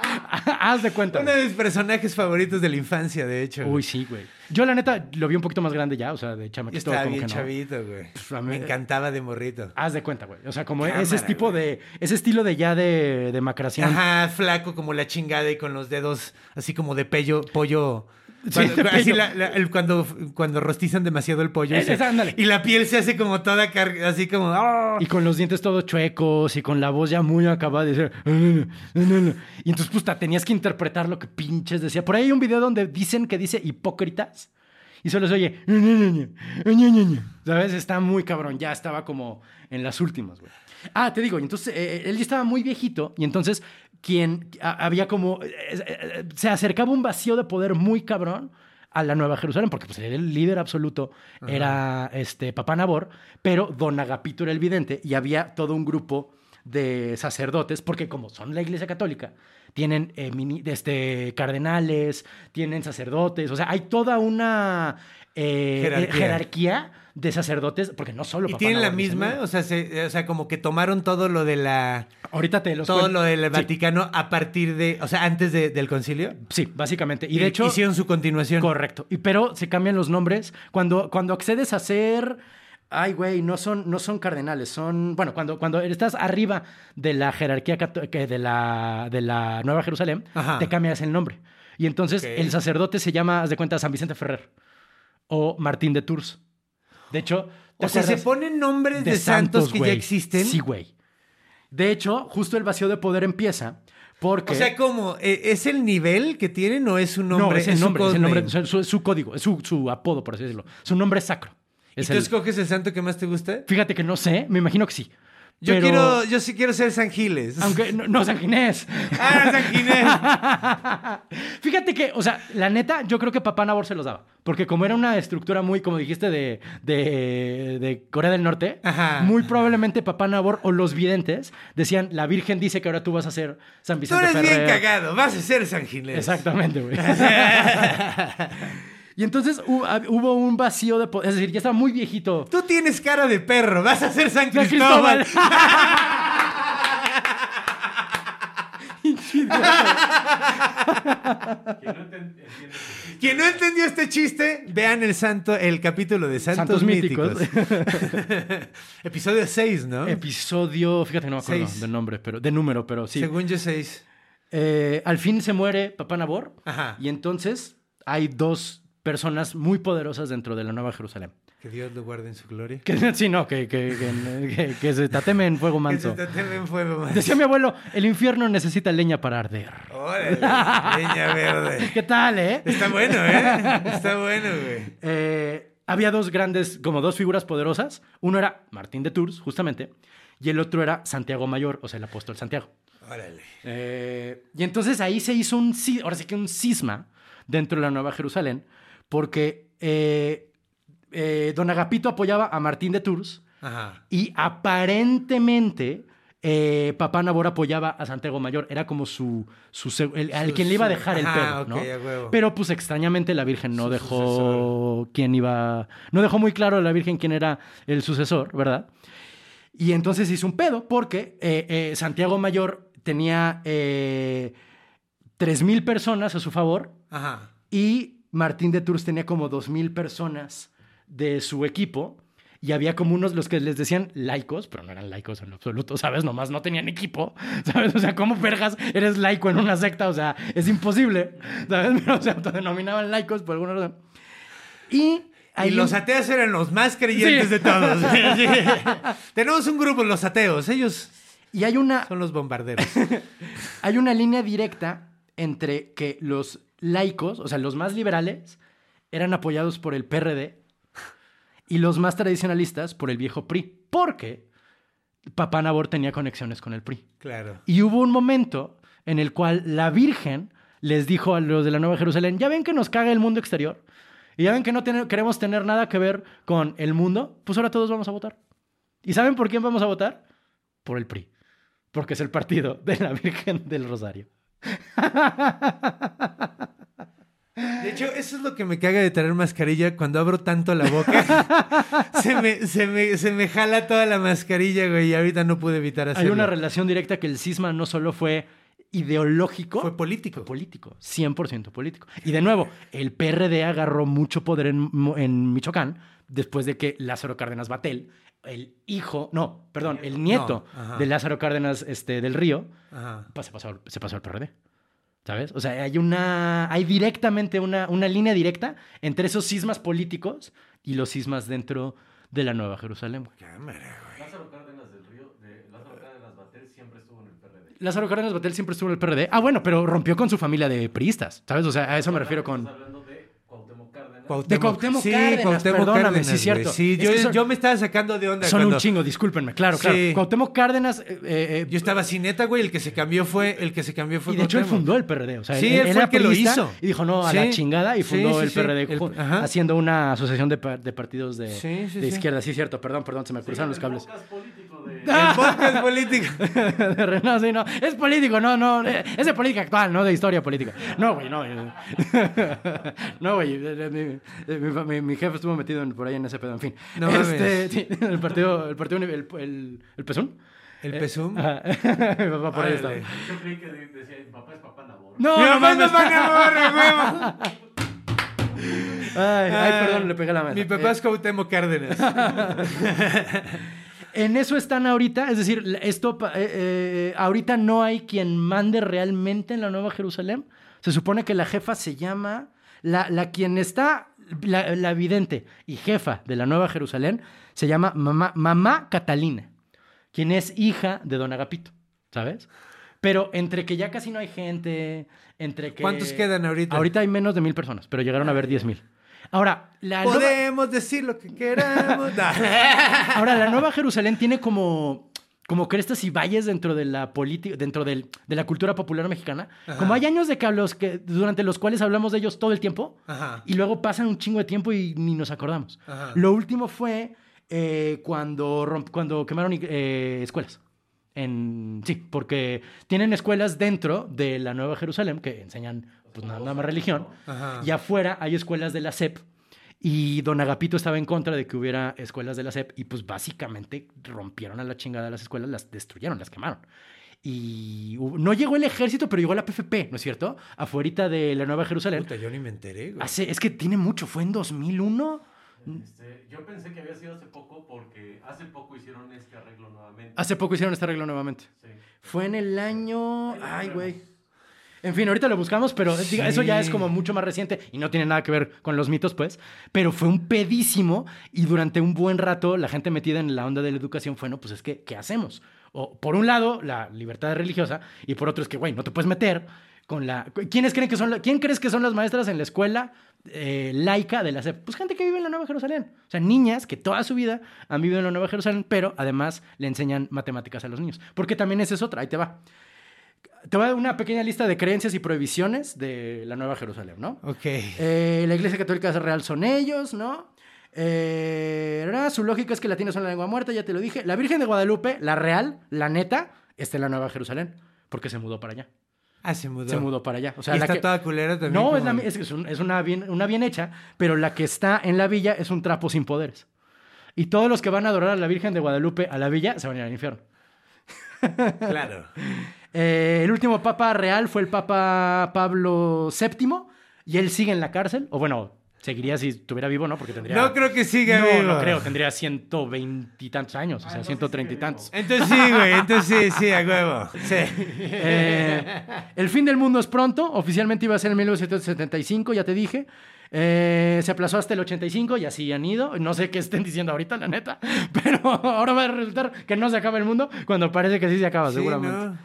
Speaker 5: Haz de cuenta.
Speaker 1: Uno
Speaker 5: güey.
Speaker 1: de mis personajes favoritos de la infancia, de hecho.
Speaker 5: Uy, sí, güey. Yo, la neta, lo vi un poquito más grande ya, o sea, de
Speaker 1: Yo
Speaker 5: chamaquito.
Speaker 1: estaba
Speaker 5: como
Speaker 1: bien
Speaker 5: que no. Pues,
Speaker 1: chavito, güey.
Speaker 5: a mí- Ah,
Speaker 1: Me encantaba de morrito.
Speaker 5: Haz de cuenta, güey. O sea, como
Speaker 1: Cámara,
Speaker 5: ese tipo
Speaker 1: güey.
Speaker 5: de. Ese estilo de ya de, de macración.
Speaker 1: Ajá, flaco como la chingada y con los dedos así como de pello, pollo.
Speaker 5: Sí,
Speaker 1: Cuando,
Speaker 5: de
Speaker 1: así
Speaker 5: pello.
Speaker 1: la- la- el- cuando, cuando rostizan demasiado el pollo. y,
Speaker 5: Es-
Speaker 1: se-
Speaker 5: es- ándale.
Speaker 1: y la piel se hace como toda carga, así como... ¡ah!
Speaker 5: Y con los dientes todos chuecos y con la voz ya muy acabada de decir. "Ah, no, no, no". Y entonces, pues, ta, tenías que interpretar lo que pinches decía. Por ahí hay un video donde dicen que dice hipócritas y solo se oye. "Ah, "No, no, no, no, no, no, no, no". ¿Sabes? Está muy cabrón. Ya estaba como en las últimas, güey. Ah, te digo, y entonces eh, él ya estaba muy viejito y entonces quien a- había como. eh, eh, eh, se acercaba un vacío de poder muy cabrón a la Nueva Jerusalén, porque pues, el líder absoluto era este Papá Nabor, pero Don Agapito era el vidente y había todo un grupo de sacerdotes, porque como son la Iglesia Católica, tienen eh, mini- este, cardenales, tienen sacerdotes, o sea, hay toda una eh, eh,
Speaker 1: Jerarquía.
Speaker 5: jerarquía. de sacerdotes, porque no solo
Speaker 1: Y
Speaker 5: Papá
Speaker 1: tienen la
Speaker 5: Nabor es el
Speaker 1: misma,
Speaker 5: líder.
Speaker 1: o sea, se- eh, o sea, como que tomaron todo lo de la...
Speaker 5: Ahorita te los
Speaker 1: Todo
Speaker 5: cuento.
Speaker 1: lo del
Speaker 5: Sí,
Speaker 1: Vaticano a partir de... O sea, antes de- del concilio.
Speaker 5: Sí, básicamente. Y de hecho,
Speaker 1: Hicieron su continuación.
Speaker 5: Correcto. Y, pero se cambian los nombres. Cuando, cuando accedes a ser. Ay, güey, no son, no son cardenales, son. Bueno, cuando, cuando estás arriba de la jerarquía cató- que de la, de la Nueva Jerusalén,
Speaker 1: Ajá.
Speaker 5: te cambias el nombre. Y entonces
Speaker 1: Ok.
Speaker 5: el sacerdote se llama, haz de cuenta, San Vicente Ferrer o Martín de Tours. De hecho, ¿te
Speaker 1: O sea, se
Speaker 5: acuerdas?
Speaker 1: ponen nombres de, santos, que
Speaker 5: güey.
Speaker 1: ya existen.
Speaker 5: Sí, güey. De hecho, justo el vacío de poder empieza porque.
Speaker 1: O sea, ¿cómo? ¿E- ¿Es el nivel que tienen o es un nombre?
Speaker 5: no, es el
Speaker 1: su
Speaker 5: nombre, es el nombre,
Speaker 1: codename?
Speaker 5: su, su- su código, es su, su apodo, por así decirlo. Su nombre sacro.
Speaker 1: ¿Y
Speaker 5: Es
Speaker 1: tú
Speaker 5: el-
Speaker 1: escoges el santo que más te gusta?
Speaker 5: Fíjate que no sé, me imagino que sí.
Speaker 1: Yo
Speaker 5: Pero-
Speaker 1: quiero, yo sí quiero ser San Giles.
Speaker 5: Aunque no, no San Ginés.
Speaker 1: Ah, San Ginés.
Speaker 5: Fíjate que, o sea, la neta, yo creo que Papá Nabor se los daba. Porque como era una estructura muy, como dijiste, de, de, de Corea del Norte,
Speaker 1: Ajá.
Speaker 5: muy probablemente Papá Nabor o los videntes decían, la Virgen dice que ahora tú vas a ser San
Speaker 1: Tú
Speaker 5: Vicente
Speaker 1: eres bien
Speaker 5: Ferrer".
Speaker 1: cagado, vas a ser San Ginés.
Speaker 5: Exactamente, güey. y entonces hu- hab- hubo un vacío de poder. Es decir, ya estaba muy viejito.
Speaker 1: Tú tienes cara de perro, vas a ser San
Speaker 5: San
Speaker 1: Cristóbal. Quien no entendió este chiste, vean el santo, el capítulo de Santos,
Speaker 5: Santos
Speaker 1: Míticos.
Speaker 5: Míticos.
Speaker 1: Episodio 6, ¿no?
Speaker 5: Episodio, fíjate que no me acuerdo
Speaker 1: Seis.
Speaker 5: de nombre, pero de número, pero sí.
Speaker 1: Según yo 6.
Speaker 5: Eh, al fin se muere Papá Nabor.
Speaker 1: Ajá.
Speaker 5: Y entonces hay dos personas muy poderosas dentro de la Nueva Jerusalén.
Speaker 1: Que Dios lo guarde en su gloria.
Speaker 5: Que, sí, no, que, que, que- que- que se tateme en fuego
Speaker 1: Que se
Speaker 5: manso.
Speaker 1: te ateme en fuego, man.
Speaker 5: Decía mi abuelo, el infierno necesita leña para arder.
Speaker 1: Órale, leña verde.
Speaker 5: ¿Qué tal, eh?
Speaker 1: Está bueno, ¿eh? Está bueno, güey.
Speaker 5: Eh, había dos grandes, como dos figuras poderosas. Uno era Martín de Tours, justamente, y el otro era Santiago Mayor, o sea, el apóstol Santiago.
Speaker 1: Órale.
Speaker 5: Eh, y entonces ahí se hizo un, si- ahora sí que un cisma dentro de la Nueva Jerusalén, porque eh, eh, don Agapito apoyaba a Martín de Tours
Speaker 1: Ajá.
Speaker 5: y aparentemente eh, Papá Nabor apoyaba a Santiago Mayor. Era como su, su se- el- al
Speaker 1: Su-
Speaker 5: quien le iba a
Speaker 1: su-
Speaker 5: dejar el
Speaker 1: ajá,
Speaker 5: pedo,
Speaker 1: ok,
Speaker 5: ¿no?
Speaker 1: a huevo.
Speaker 5: Pero pues extrañamente la Virgen no
Speaker 1: Su
Speaker 5: dejó quién iba, no dejó muy claro a la Virgen quién era el sucesor, ¿verdad? Y entonces hizo un pedo porque eh, eh, Santiago Mayor tenía eh, 3.000 personas a su favor
Speaker 1: Ajá.
Speaker 5: y Martín de Tours tenía como 2.000 personas de su equipo. Y había como unos los que les decían laicos, pero no eran laicos en lo absoluto, ¿sabes? Nomás no tenían equipo, ¿sabes? O sea, ¿cómo vergas eres laico en una secta? O sea, es imposible, ¿sabes? Pero, o sea, te denominaban laicos por alguna razón. Y,
Speaker 1: Y
Speaker 5: hay
Speaker 1: los
Speaker 5: un-
Speaker 1: ateos eran los más creyentes
Speaker 5: Sí.
Speaker 1: de todos. Sí. Tenemos un grupo, los ateos. Ellos
Speaker 5: y hay una
Speaker 1: son los bombarderos.
Speaker 5: hay una línea directa entre que los laicos, o sea, los más liberales, eran apoyados por el PRD y los más tradicionalistas por el viejo PRI, porque Papá Nabor tenía conexiones con el PRI.
Speaker 1: Claro.
Speaker 5: Y hubo un momento en el cual la Virgen les dijo a los de la Nueva Jerusalén, ya ven que nos caga el mundo exterior y ya ven que no ten- queremos tener nada que ver con el mundo, pues ahora todos vamos a votar. ¿Y saben por quién vamos a votar? Por el PRI, porque es el partido de la Virgen del Rosario.
Speaker 1: De hecho, eso es lo que me caga de traer mascarilla. Cuando abro tanto la boca, se, me, se, me, se me jala toda la mascarilla, güey. Y ahorita no pude evitar
Speaker 5: Hay
Speaker 1: hacerlo.
Speaker 5: una relación directa que el cisma no solo fue ideológico,
Speaker 1: Fue político.
Speaker 5: político, 100% político. Y de nuevo, el PRD agarró mucho poder en, Mo- en Michoacán después de que Lázaro Cárdenas Batel, el hijo, no, perdón, el nieto
Speaker 1: No, ajá.
Speaker 5: de Lázaro Cárdenas este, del Río,
Speaker 1: Ajá.
Speaker 5: pa- se pasó, al- se pasó al PRD. ¿Sabes? O sea, hay una. Hay directamente una, una línea directa entre esos sismas políticos y los sismas dentro de la Nueva Jerusalén. güey. Lázaro Cárdenas Batel siempre estuvo en el PRD. Ah, bueno, pero rompió con su familia de priistas, ¿sabes? O sea, a eso me refiero con... De Cuauhtémoc Cárdenas, perdóname, sí,
Speaker 1: güey.
Speaker 5: cierto.
Speaker 1: Sí,
Speaker 5: Es
Speaker 1: yo,
Speaker 5: que son-
Speaker 1: yo me estaba sacando de onda.
Speaker 5: Son
Speaker 1: cuando-
Speaker 5: un chingo, discúlpenme, claro, claro.
Speaker 1: Sí.
Speaker 5: Cuauhtémoc Cárdenas... eh, eh,
Speaker 1: Yo estaba sin neta, güey. El que se cambió fue. El que se cambió fue.
Speaker 5: y de hecho él
Speaker 1: Cuauhtémoc.
Speaker 5: fundó el PRD, o sea,
Speaker 1: Sí,
Speaker 5: él,
Speaker 1: él
Speaker 5: él
Speaker 1: fue
Speaker 5: era
Speaker 1: el que lo
Speaker 5: priista
Speaker 1: hizo.
Speaker 5: y dijo no a la
Speaker 1: Sí.
Speaker 5: chingada y
Speaker 1: Sí,
Speaker 5: fundó
Speaker 1: sí,
Speaker 5: el
Speaker 1: sí.
Speaker 5: PRD
Speaker 1: El-
Speaker 5: ju-
Speaker 1: ajá.
Speaker 5: haciendo una asociación de, par- de partidos de,
Speaker 1: Sí, sí,
Speaker 5: de
Speaker 1: sí.
Speaker 5: izquierda, sí cierto, perdón, perdón, se me cruzaron los cables.
Speaker 1: El podcast político.
Speaker 5: De Renan, sí, no. Es político, no, no. eh, Es de política actual, no de historia política. No, güey, no. eh. No, güey. eh, Mi, eh, mi fa- mi- mi jefe estuvo metido en- por ahí en ese pedo, en fin.
Speaker 1: No
Speaker 5: este,
Speaker 1: mames.
Speaker 5: sí, el partido, el partido, uni- el, el, el PESUM.
Speaker 1: El PESUM.
Speaker 5: Ajá. Mi papá por ahí estaba.
Speaker 1: Órale.
Speaker 5: No,
Speaker 1: ¡Mi
Speaker 5: no
Speaker 1: papá es
Speaker 5: mames.
Speaker 1: Papá Nabor, a huevo!
Speaker 5: Ay, ay, perdón, le pegué la Eh, mano.
Speaker 1: Ah, Mi papá es Cuauhtémoc Cárdenas.
Speaker 5: Eh, En eso están ahorita, es decir, la- esto pa- eh, eh, ahorita no hay quien mande realmente en la Nueva Jerusalén. Se supone que la jefa se llama la, la quien está la, la vidente y jefa de la Nueva Jerusalén se llama mamá, mamá Catalina, quien es hija de Don Agapito, ¿sabes? Pero entre que ya casi no hay gente, entre que
Speaker 1: ¿Cuántos quedan ahorita?
Speaker 5: Ahorita hay menos de mil personas, pero llegaron a ver diez mil. Ahora, la nueva-
Speaker 1: Podemos decir lo que queramos. No.
Speaker 5: Ahora, la Nueva Jerusalén tiene como, como crestas y valles dentro de la política, dentro del, de la cultura popular mexicana. Como hay años de que, a los que durante los cuales hablamos de ellos todo el tiempo
Speaker 1: Ajá.
Speaker 5: y luego pasan un chingo de tiempo y ni nos acordamos.
Speaker 1: Ajá.
Speaker 5: Lo último fue eh, cuando, romp- cuando quemaron eh, escuelas. En, sí, porque tienen escuelas dentro de la Nueva Jerusalén que enseñan pues, nada, nada más religión.
Speaker 1: Ajá.
Speaker 5: Y afuera hay escuelas de la SEP. Y don Agapito estaba en contra de que hubiera escuelas de la SEP. Y pues básicamente rompieron a la chingada las escuelas, las destruyeron, las quemaron. Y hubo- no llegó el ejército, pero llegó la PFP, ¿no es cierto? Afuerita de la Nueva Jerusalén.
Speaker 1: Puta, yo ni me enteré, güey.
Speaker 5: Hace- es que tiene mucho, fue en 2001.
Speaker 9: Este, yo pensé que había sido hace poco porque hace poco hicieron este arreglo nuevamente.
Speaker 5: Hace poco hicieron este arreglo nuevamente. Fue en el año. Ay, güey. En fin, ahorita lo buscamos, pero diga, eso ya es como mucho más reciente y no tiene nada que ver con los mitos, pues. Pero fue un pedísimo y durante un buen rato la gente metida en la onda de la educación fue, no, pues es que, ¿qué hacemos? O por un lado, la libertad religiosa y por otro es que, güey, no te puedes meter con la... ¿Quiénes creen que son, la- ¿quién crees que son las maestras en la escuela eh, laica de la SEP? Pues gente que vive en la Nueva Jerusalén. O sea, niñas que toda su vida han vivido en la Nueva Jerusalén, pero además le enseñan matemáticas a los niños. Porque también esa es otra, ahí te va. Te voy a dar una pequeña lista de creencias y prohibiciones de la Nueva Jerusalén, ¿no?
Speaker 1: Ok.
Speaker 5: Eh, la Iglesia Católica Real son ellos, ¿no? Eh, ra, su lógica es que latinos son la lengua muerta, ya te lo dije. La Virgen de Guadalupe, la real, la neta, está en la Nueva Jerusalén, porque se mudó para allá.
Speaker 1: Ah, se mudó.
Speaker 5: Se mudó para allá. O sea,
Speaker 1: ¿Y
Speaker 5: la
Speaker 1: está
Speaker 5: que-
Speaker 1: toda culera también.
Speaker 5: No,
Speaker 1: como-
Speaker 5: es, la- es- es un- es una, bien, una bien hecha, pero la que está en la villa es un trapo sin poderes. Y todos los que van a adorar a la Virgen de Guadalupe a la villa se van a ir al infierno.
Speaker 1: Claro.
Speaker 5: Eh, el último papa real fue el papa Pablo VII y él sigue en la cárcel, o bueno, seguiría si estuviera vivo, ¿no? Porque tendría...
Speaker 1: No creo que siga
Speaker 5: no,
Speaker 1: vivo.
Speaker 5: No, creo. Tendría 120 y tantos años, o sea, 130 y tantos.
Speaker 1: Entonces Ah, sí, güey. Entonces sí, sí, a huevo. Sí.
Speaker 5: Eh, el fin del mundo es pronto. Oficialmente iba a ser en 1975, ya te dije. Eh, se aplazó hasta el 85 y así han ido. No sé qué estén diciendo ahorita, la neta. Pero ahora va a resultar que no se acaba el mundo cuando parece que sí se acaba,
Speaker 1: Sí,
Speaker 5: seguramente.
Speaker 1: ¿no?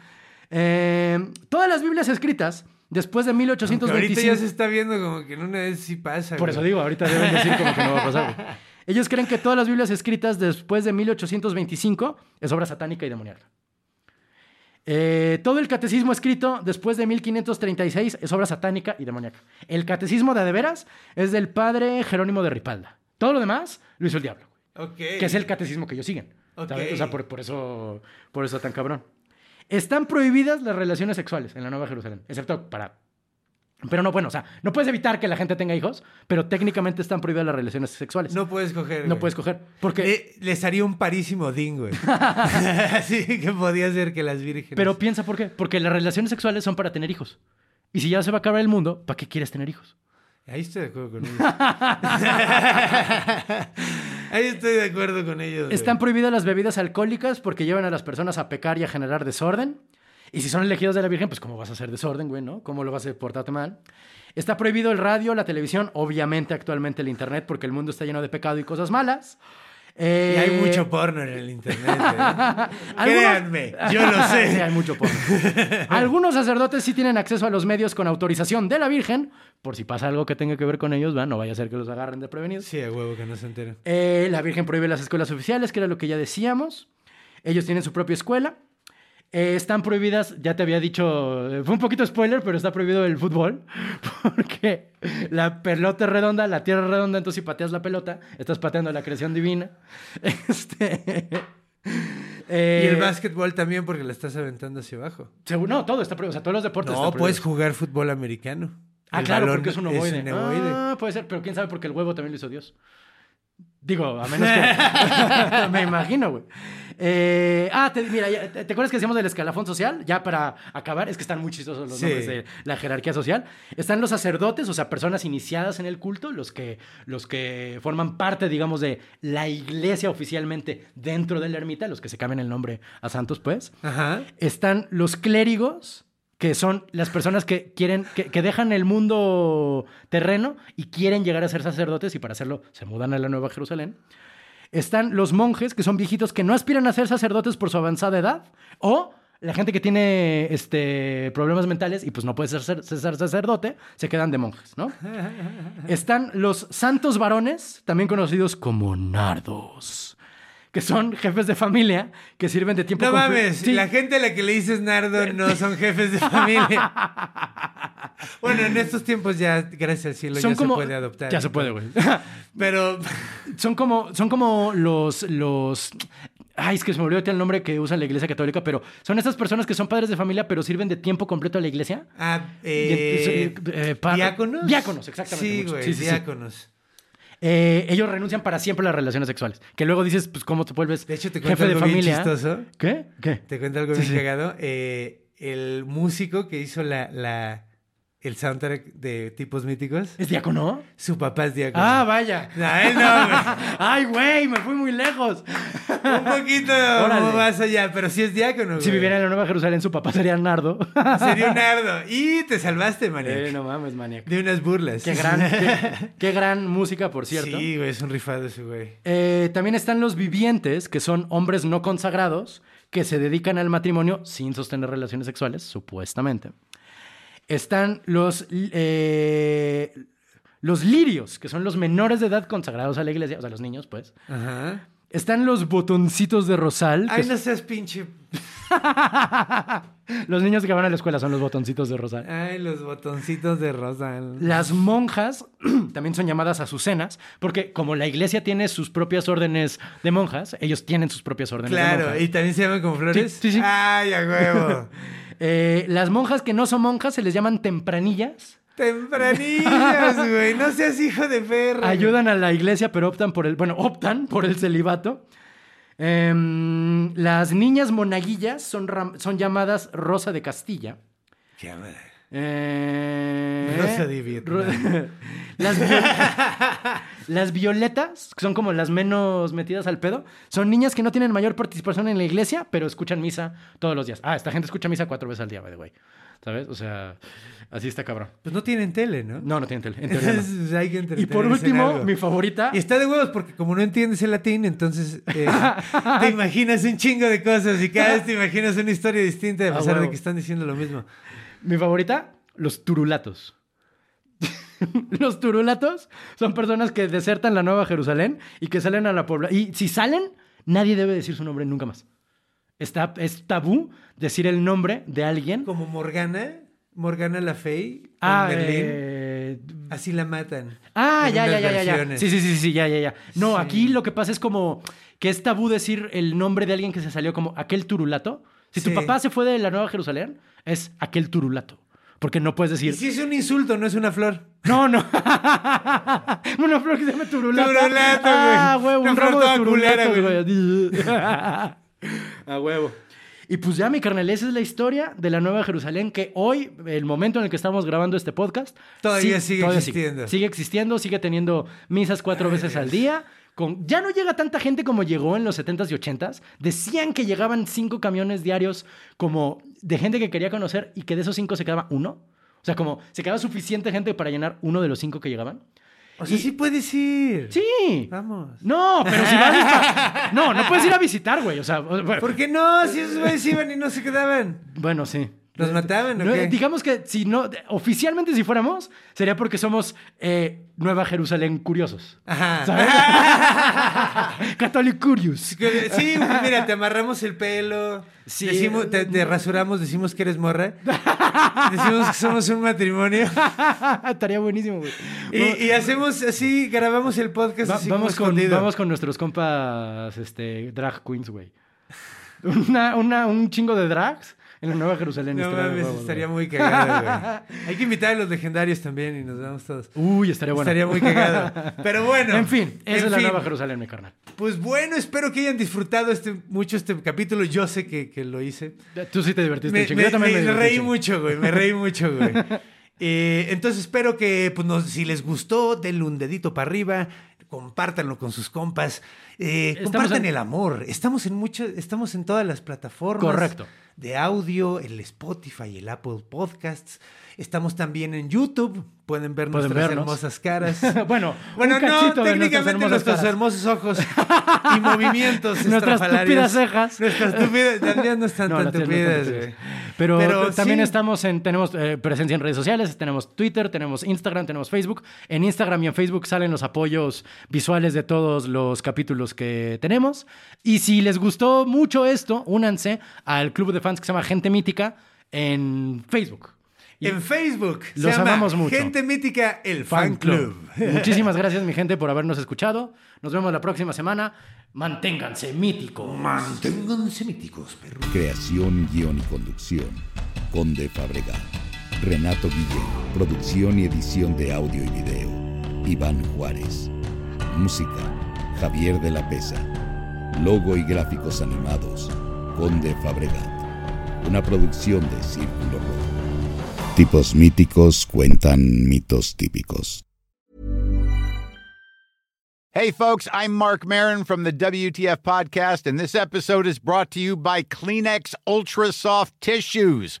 Speaker 5: Eh, todas las Biblias escritas después de
Speaker 1: Que ahorita
Speaker 5: 1825.
Speaker 1: ya se está viendo como que en una vez sí pasa.
Speaker 5: Por
Speaker 1: güey.
Speaker 5: eso digo, ahorita deben decir como que no va a pasar. güey. Ellos creen que todas las Biblias escritas después de 1825 es obra satánica y demoníaca. Eh, todo el catecismo escrito después de 1536 es obra satánica y demoníaca. El catecismo de Adeveras es del padre Jerónimo de Ripalda. Todo lo demás lo hizo el diablo, güey,
Speaker 1: Ok.
Speaker 5: que es el catecismo que ellos siguen. ¿sabes?
Speaker 1: Ok.
Speaker 5: O sea, por, por eso, por eso tan cabrón. Están prohibidas las relaciones sexuales en la Nueva Jerusalén, excepto para pero no, bueno, o sea, no puedes evitar que la gente tenga hijos, pero técnicamente están prohibidas las relaciones sexuales.
Speaker 1: No Eh, puedes coger.
Speaker 5: No
Speaker 1: güey.
Speaker 5: puedes coger. Porque,
Speaker 1: Le- les haría un parísimo ding, güey. Así que podía ser que las vírgenes.
Speaker 5: pero piensa por qué. Porque las relaciones sexuales son para tener hijos. Y si ya se va a acabar el mundo, ¿para qué quieres tener hijos?
Speaker 1: Ahí estoy de acuerdo con ellos. Ahí estoy de acuerdo con ellos. güey.
Speaker 5: Están prohibidas las bebidas alcohólicas porque llevan a las personas a pecar y a generar desorden. Y si son elegidos de la Virgen, pues ¿cómo vas a hacer desorden, güey, no? ¿Cómo lo vas a portarte mal? Está prohibido el radio, la televisión, obviamente actualmente el internet, porque el mundo está lleno de pecado y cosas malas.
Speaker 1: Y hay
Speaker 5: Eh,
Speaker 1: mucho porno en el internet. güey.
Speaker 5: Algunos-
Speaker 1: Créanme, yo lo sé.
Speaker 5: Sí, hay mucho porno. Algunos sacerdotes sí tienen acceso a los medios con autorización de la Virgen, por si pasa algo que tenga que ver con ellos, ¿va? no vaya a ser que los agarren de prevenidos.
Speaker 1: Sí, a huevo que no se enteren.
Speaker 5: Eh, la Virgen prohíbe las escuelas oficiales, que era lo que ya decíamos. Ellos tienen su propia escuela. Eh, están prohibidas, ya te había dicho, eh, fue un poquito spoiler, pero está prohibido el fútbol, porque la pelota es redonda, la tierra es redonda, entonces si pateas la pelota, estás pateando la creación divina. Este,
Speaker 1: y
Speaker 5: eh,
Speaker 1: el básquetbol también porque la estás aventando hacia abajo.
Speaker 5: Según- no, todo está prohibido. O sea, todos los deportes.
Speaker 1: No, pues,
Speaker 5: están
Speaker 1: puedes
Speaker 5: prohibidos.
Speaker 1: jugar fútbol americano.
Speaker 5: Ah,
Speaker 1: El
Speaker 5: claro,
Speaker 1: balón
Speaker 5: porque es un ovoide. Ah, puede ser, pero quién sabe porque el huevo también lo hizo Dios. Digo, a menos que. Me imagino, güey. Eh, ah, te, mira, ya- ¿te, te acuerdas que decíamos del escalafón social? Ya para acabar, es que están muy chistosos los
Speaker 1: Sí.
Speaker 5: nombres de la jerarquía social. Están los sacerdotes, o sea, personas iniciadas en el culto, los que, los que forman parte, digamos, de la iglesia oficialmente dentro de la ermita, los que se cambian el nombre a santos, pues
Speaker 1: Ajá.
Speaker 5: están los clérigos, que son las personas que quieren, que, que dejan el mundo terreno y quieren llegar a ser sacerdotes y para hacerlo se mudan a la Nueva Jerusalén. Están los monjes, que son viejitos que no aspiran a ser sacerdotes por su avanzada edad, o la gente que tiene este, problemas mentales y pues no puede ser, ser- ser sacerdote, se quedan de monjes, ¿no? Están los santos varones, también conocidos como nardos, que son jefes de familia que sirven de tiempo
Speaker 1: No
Speaker 5: comple-
Speaker 1: mames,
Speaker 5: Sí.
Speaker 1: la gente a la que le dices Nardo no son jefes de familia. bueno, en estos tiempos ya, gracias al cielo,
Speaker 5: son
Speaker 1: ya
Speaker 5: como,
Speaker 1: se puede adoptar.
Speaker 5: Ya se puede, güey.
Speaker 1: Pero
Speaker 5: son como, son como los, los. Ay, es que se me olvidó ahorita el nombre que usa la iglesia católica, pero son esas personas que son padres de familia, pero sirven de tiempo completo a la iglesia.
Speaker 1: Ah,
Speaker 5: Y
Speaker 1: eh,
Speaker 5: entonces, eh, pa-
Speaker 1: diáconos.
Speaker 5: Diáconos, exactamente,
Speaker 1: Sí,
Speaker 5: muchos.
Speaker 1: güey,
Speaker 5: Sí, sí, sí.
Speaker 1: diáconos.
Speaker 5: Eh, ellos renuncian para siempre a las relaciones sexuales. Que luego dices, pues, ¿cómo te vuelves
Speaker 1: De hecho, te cuento
Speaker 5: jefe de
Speaker 1: algo bien
Speaker 5: familia?
Speaker 1: chistoso.
Speaker 5: ¿Qué? ¿Qué?
Speaker 1: Te cuento algo
Speaker 5: Sí,
Speaker 1: bien
Speaker 5: sí.
Speaker 1: cagado. Eh, el músico que hizo la, la- el soundtrack de Tipos Míticos,
Speaker 5: ¿Es diácono?
Speaker 1: su papá es diácono.
Speaker 5: Ah, vaya.
Speaker 1: No, él no, güey.
Speaker 5: Ay, güey, me fui muy lejos.
Speaker 1: Un poquito
Speaker 5: Órale.
Speaker 1: más allá, pero sí es diácono, güey.
Speaker 5: Si viviera en la Nueva Jerusalén, su papá sería Nardo.
Speaker 1: Sería un ardo. Y te salvaste, maní.
Speaker 5: Eh, no mames, maníaco.
Speaker 1: De unas burlas.
Speaker 5: Qué gran, qué, qué gran música, por cierto.
Speaker 1: Sí, güey, es un rifado ese güey.
Speaker 5: Eh, también están los vivientes, que son hombres no consagrados, que se dedican al matrimonio sin sostener relaciones sexuales, supuestamente. Están los, eh, los lirios, que son los menores de edad consagrados a la iglesia, o sea, los niños, pues.
Speaker 1: Ajá.
Speaker 5: Están los botoncitos de rosal. que
Speaker 1: Ay,
Speaker 5: son-
Speaker 1: no seas pinche.
Speaker 5: Los niños que van a la escuela son los botoncitos de rosal.
Speaker 1: Ay, los botoncitos de Rosal.
Speaker 5: Las monjas también son llamadas azucenas, porque como la iglesia tiene sus propias órdenes de monjas, ellos tienen sus propias órdenes de
Speaker 1: Claro,
Speaker 5: monjas.
Speaker 1: y también se llaman como flores.
Speaker 5: Sí, sí, sí.
Speaker 1: Ay, a huevo.
Speaker 5: Eh, las monjas que no son monjas se les llaman tempranillas.
Speaker 1: Tempranillas, güey. No seas hijo de perro.
Speaker 5: Ayudan a la iglesia, pero optan por el. Bueno, optan por el celibato. Em, las niñas monaguillas son, ram- son llamadas Rosa de Castilla.
Speaker 1: Qué madre.
Speaker 5: Eh,
Speaker 1: Rosa de Vietnam.
Speaker 5: ro- las, vi- las violetas, que son como las menos metidas al pedo, son niñas que no tienen mayor participación en la iglesia, pero escuchan misa todos los días. Ah, esta gente escucha misa cuatro veces al día, by the way. ¿Sabes? O sea, así está cabrón.
Speaker 1: Pues no tienen tele, ¿no?
Speaker 5: No, no tienen tele. En teoría no.
Speaker 1: Entonces, pues, hay que
Speaker 5: Y por
Speaker 1: entretenerse en
Speaker 5: último,
Speaker 1: algo.
Speaker 5: mi favorita.
Speaker 1: Y está de huevos porque como no entiendes el latín, entonces eh, te imaginas un chingo de cosas y cada vez te imaginas una historia distinta a
Speaker 5: Ah,
Speaker 1: pesar de
Speaker 5: huevo.
Speaker 1: que están diciendo lo mismo.
Speaker 5: Mi favorita, los turulatos. los turulatos son personas que desertan la Nueva Jerusalén y que salen a la población. Y si salen, nadie debe decir su nombre nunca más. Está, es tabú decir el nombre de alguien.
Speaker 1: Como Morgana, Morgana la Fey, con
Speaker 5: Ah,
Speaker 1: Merlín,
Speaker 5: eh,
Speaker 1: así la matan.
Speaker 5: ah,
Speaker 1: En
Speaker 5: ya, ya,
Speaker 1: unas
Speaker 5: ya, ya, ya.
Speaker 1: versiones.
Speaker 5: Sí, sí, sí, sí, ya, ya, ya. No, aquí lo que pasa es como que es tabú decir el nombre de alguien que se salió como aquel turulato. Si tu
Speaker 1: Sí.
Speaker 5: papá se fue de la Nueva Jerusalén, es aquel turulato. Porque no puedes
Speaker 1: Y
Speaker 5: decir,
Speaker 1: si es un insulto, no es una flor.
Speaker 5: No, no. Una flor que se llama turulata.
Speaker 1: Turulata, güey.
Speaker 5: Ah, huevo,
Speaker 1: Una
Speaker 5: un
Speaker 1: flor
Speaker 5: ramo de
Speaker 1: toda culera,
Speaker 5: turulatas,
Speaker 1: güey.
Speaker 5: güey. A huevo. Y pues ya, mi carnal, esa es la historia de la Nueva Jerusalén que hoy, el momento en el que estamos grabando este podcast...
Speaker 1: Todavía
Speaker 5: sí,
Speaker 1: sigue
Speaker 5: sigue.
Speaker 1: existiendo.
Speaker 5: Sigue existiendo, sigue teniendo misas cuatro veces al día. Con, ya no llega tanta gente como llegó en los 70s y 80s. Decían que llegaban cinco camiones diarios como de gente que quería conocer y que de esos cinco se quedaba uno. O sea, como se quedaba suficiente gente para llenar uno de los cinco que llegaban.
Speaker 1: O sea,
Speaker 5: Y-
Speaker 1: sí puedes ir.
Speaker 5: Sí.
Speaker 1: Ah. Vamos.
Speaker 5: No, pero si vas a... No, no puedes ir a visitar, güey. O sea,
Speaker 1: ¿Por qué no? Si esos güeyes iban y no se quedaban.
Speaker 5: bueno, sí.
Speaker 1: ¿Los mataban o
Speaker 5: No,
Speaker 1: qué?
Speaker 5: digamos que si no, oficialmente si fuéramos, sería porque somos eh, Nueva Jerusalén curiosos.
Speaker 1: Ajá. Ah,
Speaker 5: ¿Sabes? Catholic Curious.
Speaker 1: Sí, güey, mira, te amarramos el pelo,
Speaker 5: Sí.
Speaker 1: decimos- te, te rasuramos, decimos que eres morra, decimos que somos un matrimonio
Speaker 5: Estaría buenísimo, güey.
Speaker 1: y, y hacemos así, grabamos el podcast
Speaker 5: Va-
Speaker 1: así
Speaker 5: vamos,
Speaker 1: como
Speaker 5: con,
Speaker 1: escondido.
Speaker 5: vamos con nuestros compas este, drag queens, güey. Una, una, un chingo de drags en la Nueva Jerusalén.
Speaker 1: No
Speaker 5: estaría de
Speaker 1: mames,
Speaker 5: huevos, güey.
Speaker 1: estaría muy cagado, güey. Hay que invitar a los legendarios también y nos vamos todos.
Speaker 5: Uy, estaría bueno.
Speaker 1: Estaría muy cagado. Pero bueno.
Speaker 5: En fin, esa
Speaker 1: en
Speaker 5: es la
Speaker 1: fin.
Speaker 5: Nueva Jerusalén, mi carnal.
Speaker 1: Pues bueno, espero que hayan disfrutado este, mucho este capítulo. Yo sé que, que lo hice.
Speaker 5: Tú sí te divertiste
Speaker 1: Me,
Speaker 5: un chingo.
Speaker 1: me-
Speaker 5: Yo también
Speaker 1: me
Speaker 5: me divertí un
Speaker 1: reí
Speaker 5: chingo.
Speaker 1: mucho, güey. Me reí mucho, güey. Eh, entonces espero que pues, nos- si les gustó, denle un dedito para arriba, compártanlo con sus compas, eh,
Speaker 5: Estamos
Speaker 1: compartan
Speaker 5: en-
Speaker 1: el amor. Estamos en muchas, estamos en todas las plataformas
Speaker 5: Correcto.
Speaker 1: de audio, el Spotify, el Apple Podcasts. Estamos también en YouTube. Pueden ver
Speaker 5: Pueden
Speaker 1: nuestras
Speaker 5: vernos.
Speaker 1: hermosas caras.
Speaker 5: Bueno,
Speaker 1: bueno,
Speaker 5: un
Speaker 1: no,
Speaker 5: cachito de nuestras
Speaker 1: técnicamente
Speaker 5: hermosas
Speaker 1: nuestros
Speaker 5: caras.
Speaker 1: hermosos ojos y movimientos.
Speaker 5: Nuestras
Speaker 1: estrafalarios.
Speaker 5: túpidas cejas.
Speaker 1: Nuestras túpidas, también no están
Speaker 5: No,
Speaker 1: tan
Speaker 5: las tías no están
Speaker 1: túpidas,
Speaker 5: tupidas.
Speaker 1: güey.
Speaker 5: Pero,
Speaker 1: Pero
Speaker 5: también
Speaker 1: sí.
Speaker 5: estamos en, tenemos eh, presencia en redes sociales, tenemos Twitter, tenemos Instagram, tenemos Facebook. En Instagram y en Facebook salen los apoyos visuales de todos los capítulos que tenemos. Y si les gustó mucho esto, únanse al club de fans que se llama Gente Mítica en Facebook. Y-
Speaker 1: en Facebook. se
Speaker 5: Los
Speaker 1: llama
Speaker 5: amamos mucho.
Speaker 1: Gente Mítica, el Fan Club.
Speaker 5: Muchísimas gracias, mi gente, por habernos escuchado. Nos vemos la próxima semana. Manténganse míticos.
Speaker 10: Manténganse míticos, perro.
Speaker 4: Creación, guión y conducción. Conde Fabregat. Renato Guillén. Producción y edición de audio y video. Iván Juárez. Música. Javier de la Pesa. Logo y gráficos animados. Conde Fabregat. Una producción de Círculo Rojo. Tipos míticos cuentan mitos típicos.
Speaker 11: Hey, folks, I'm Mark Marin from the WTF Podcast, and this episode is brought to you by Kleenex Ultra Soft Tissues,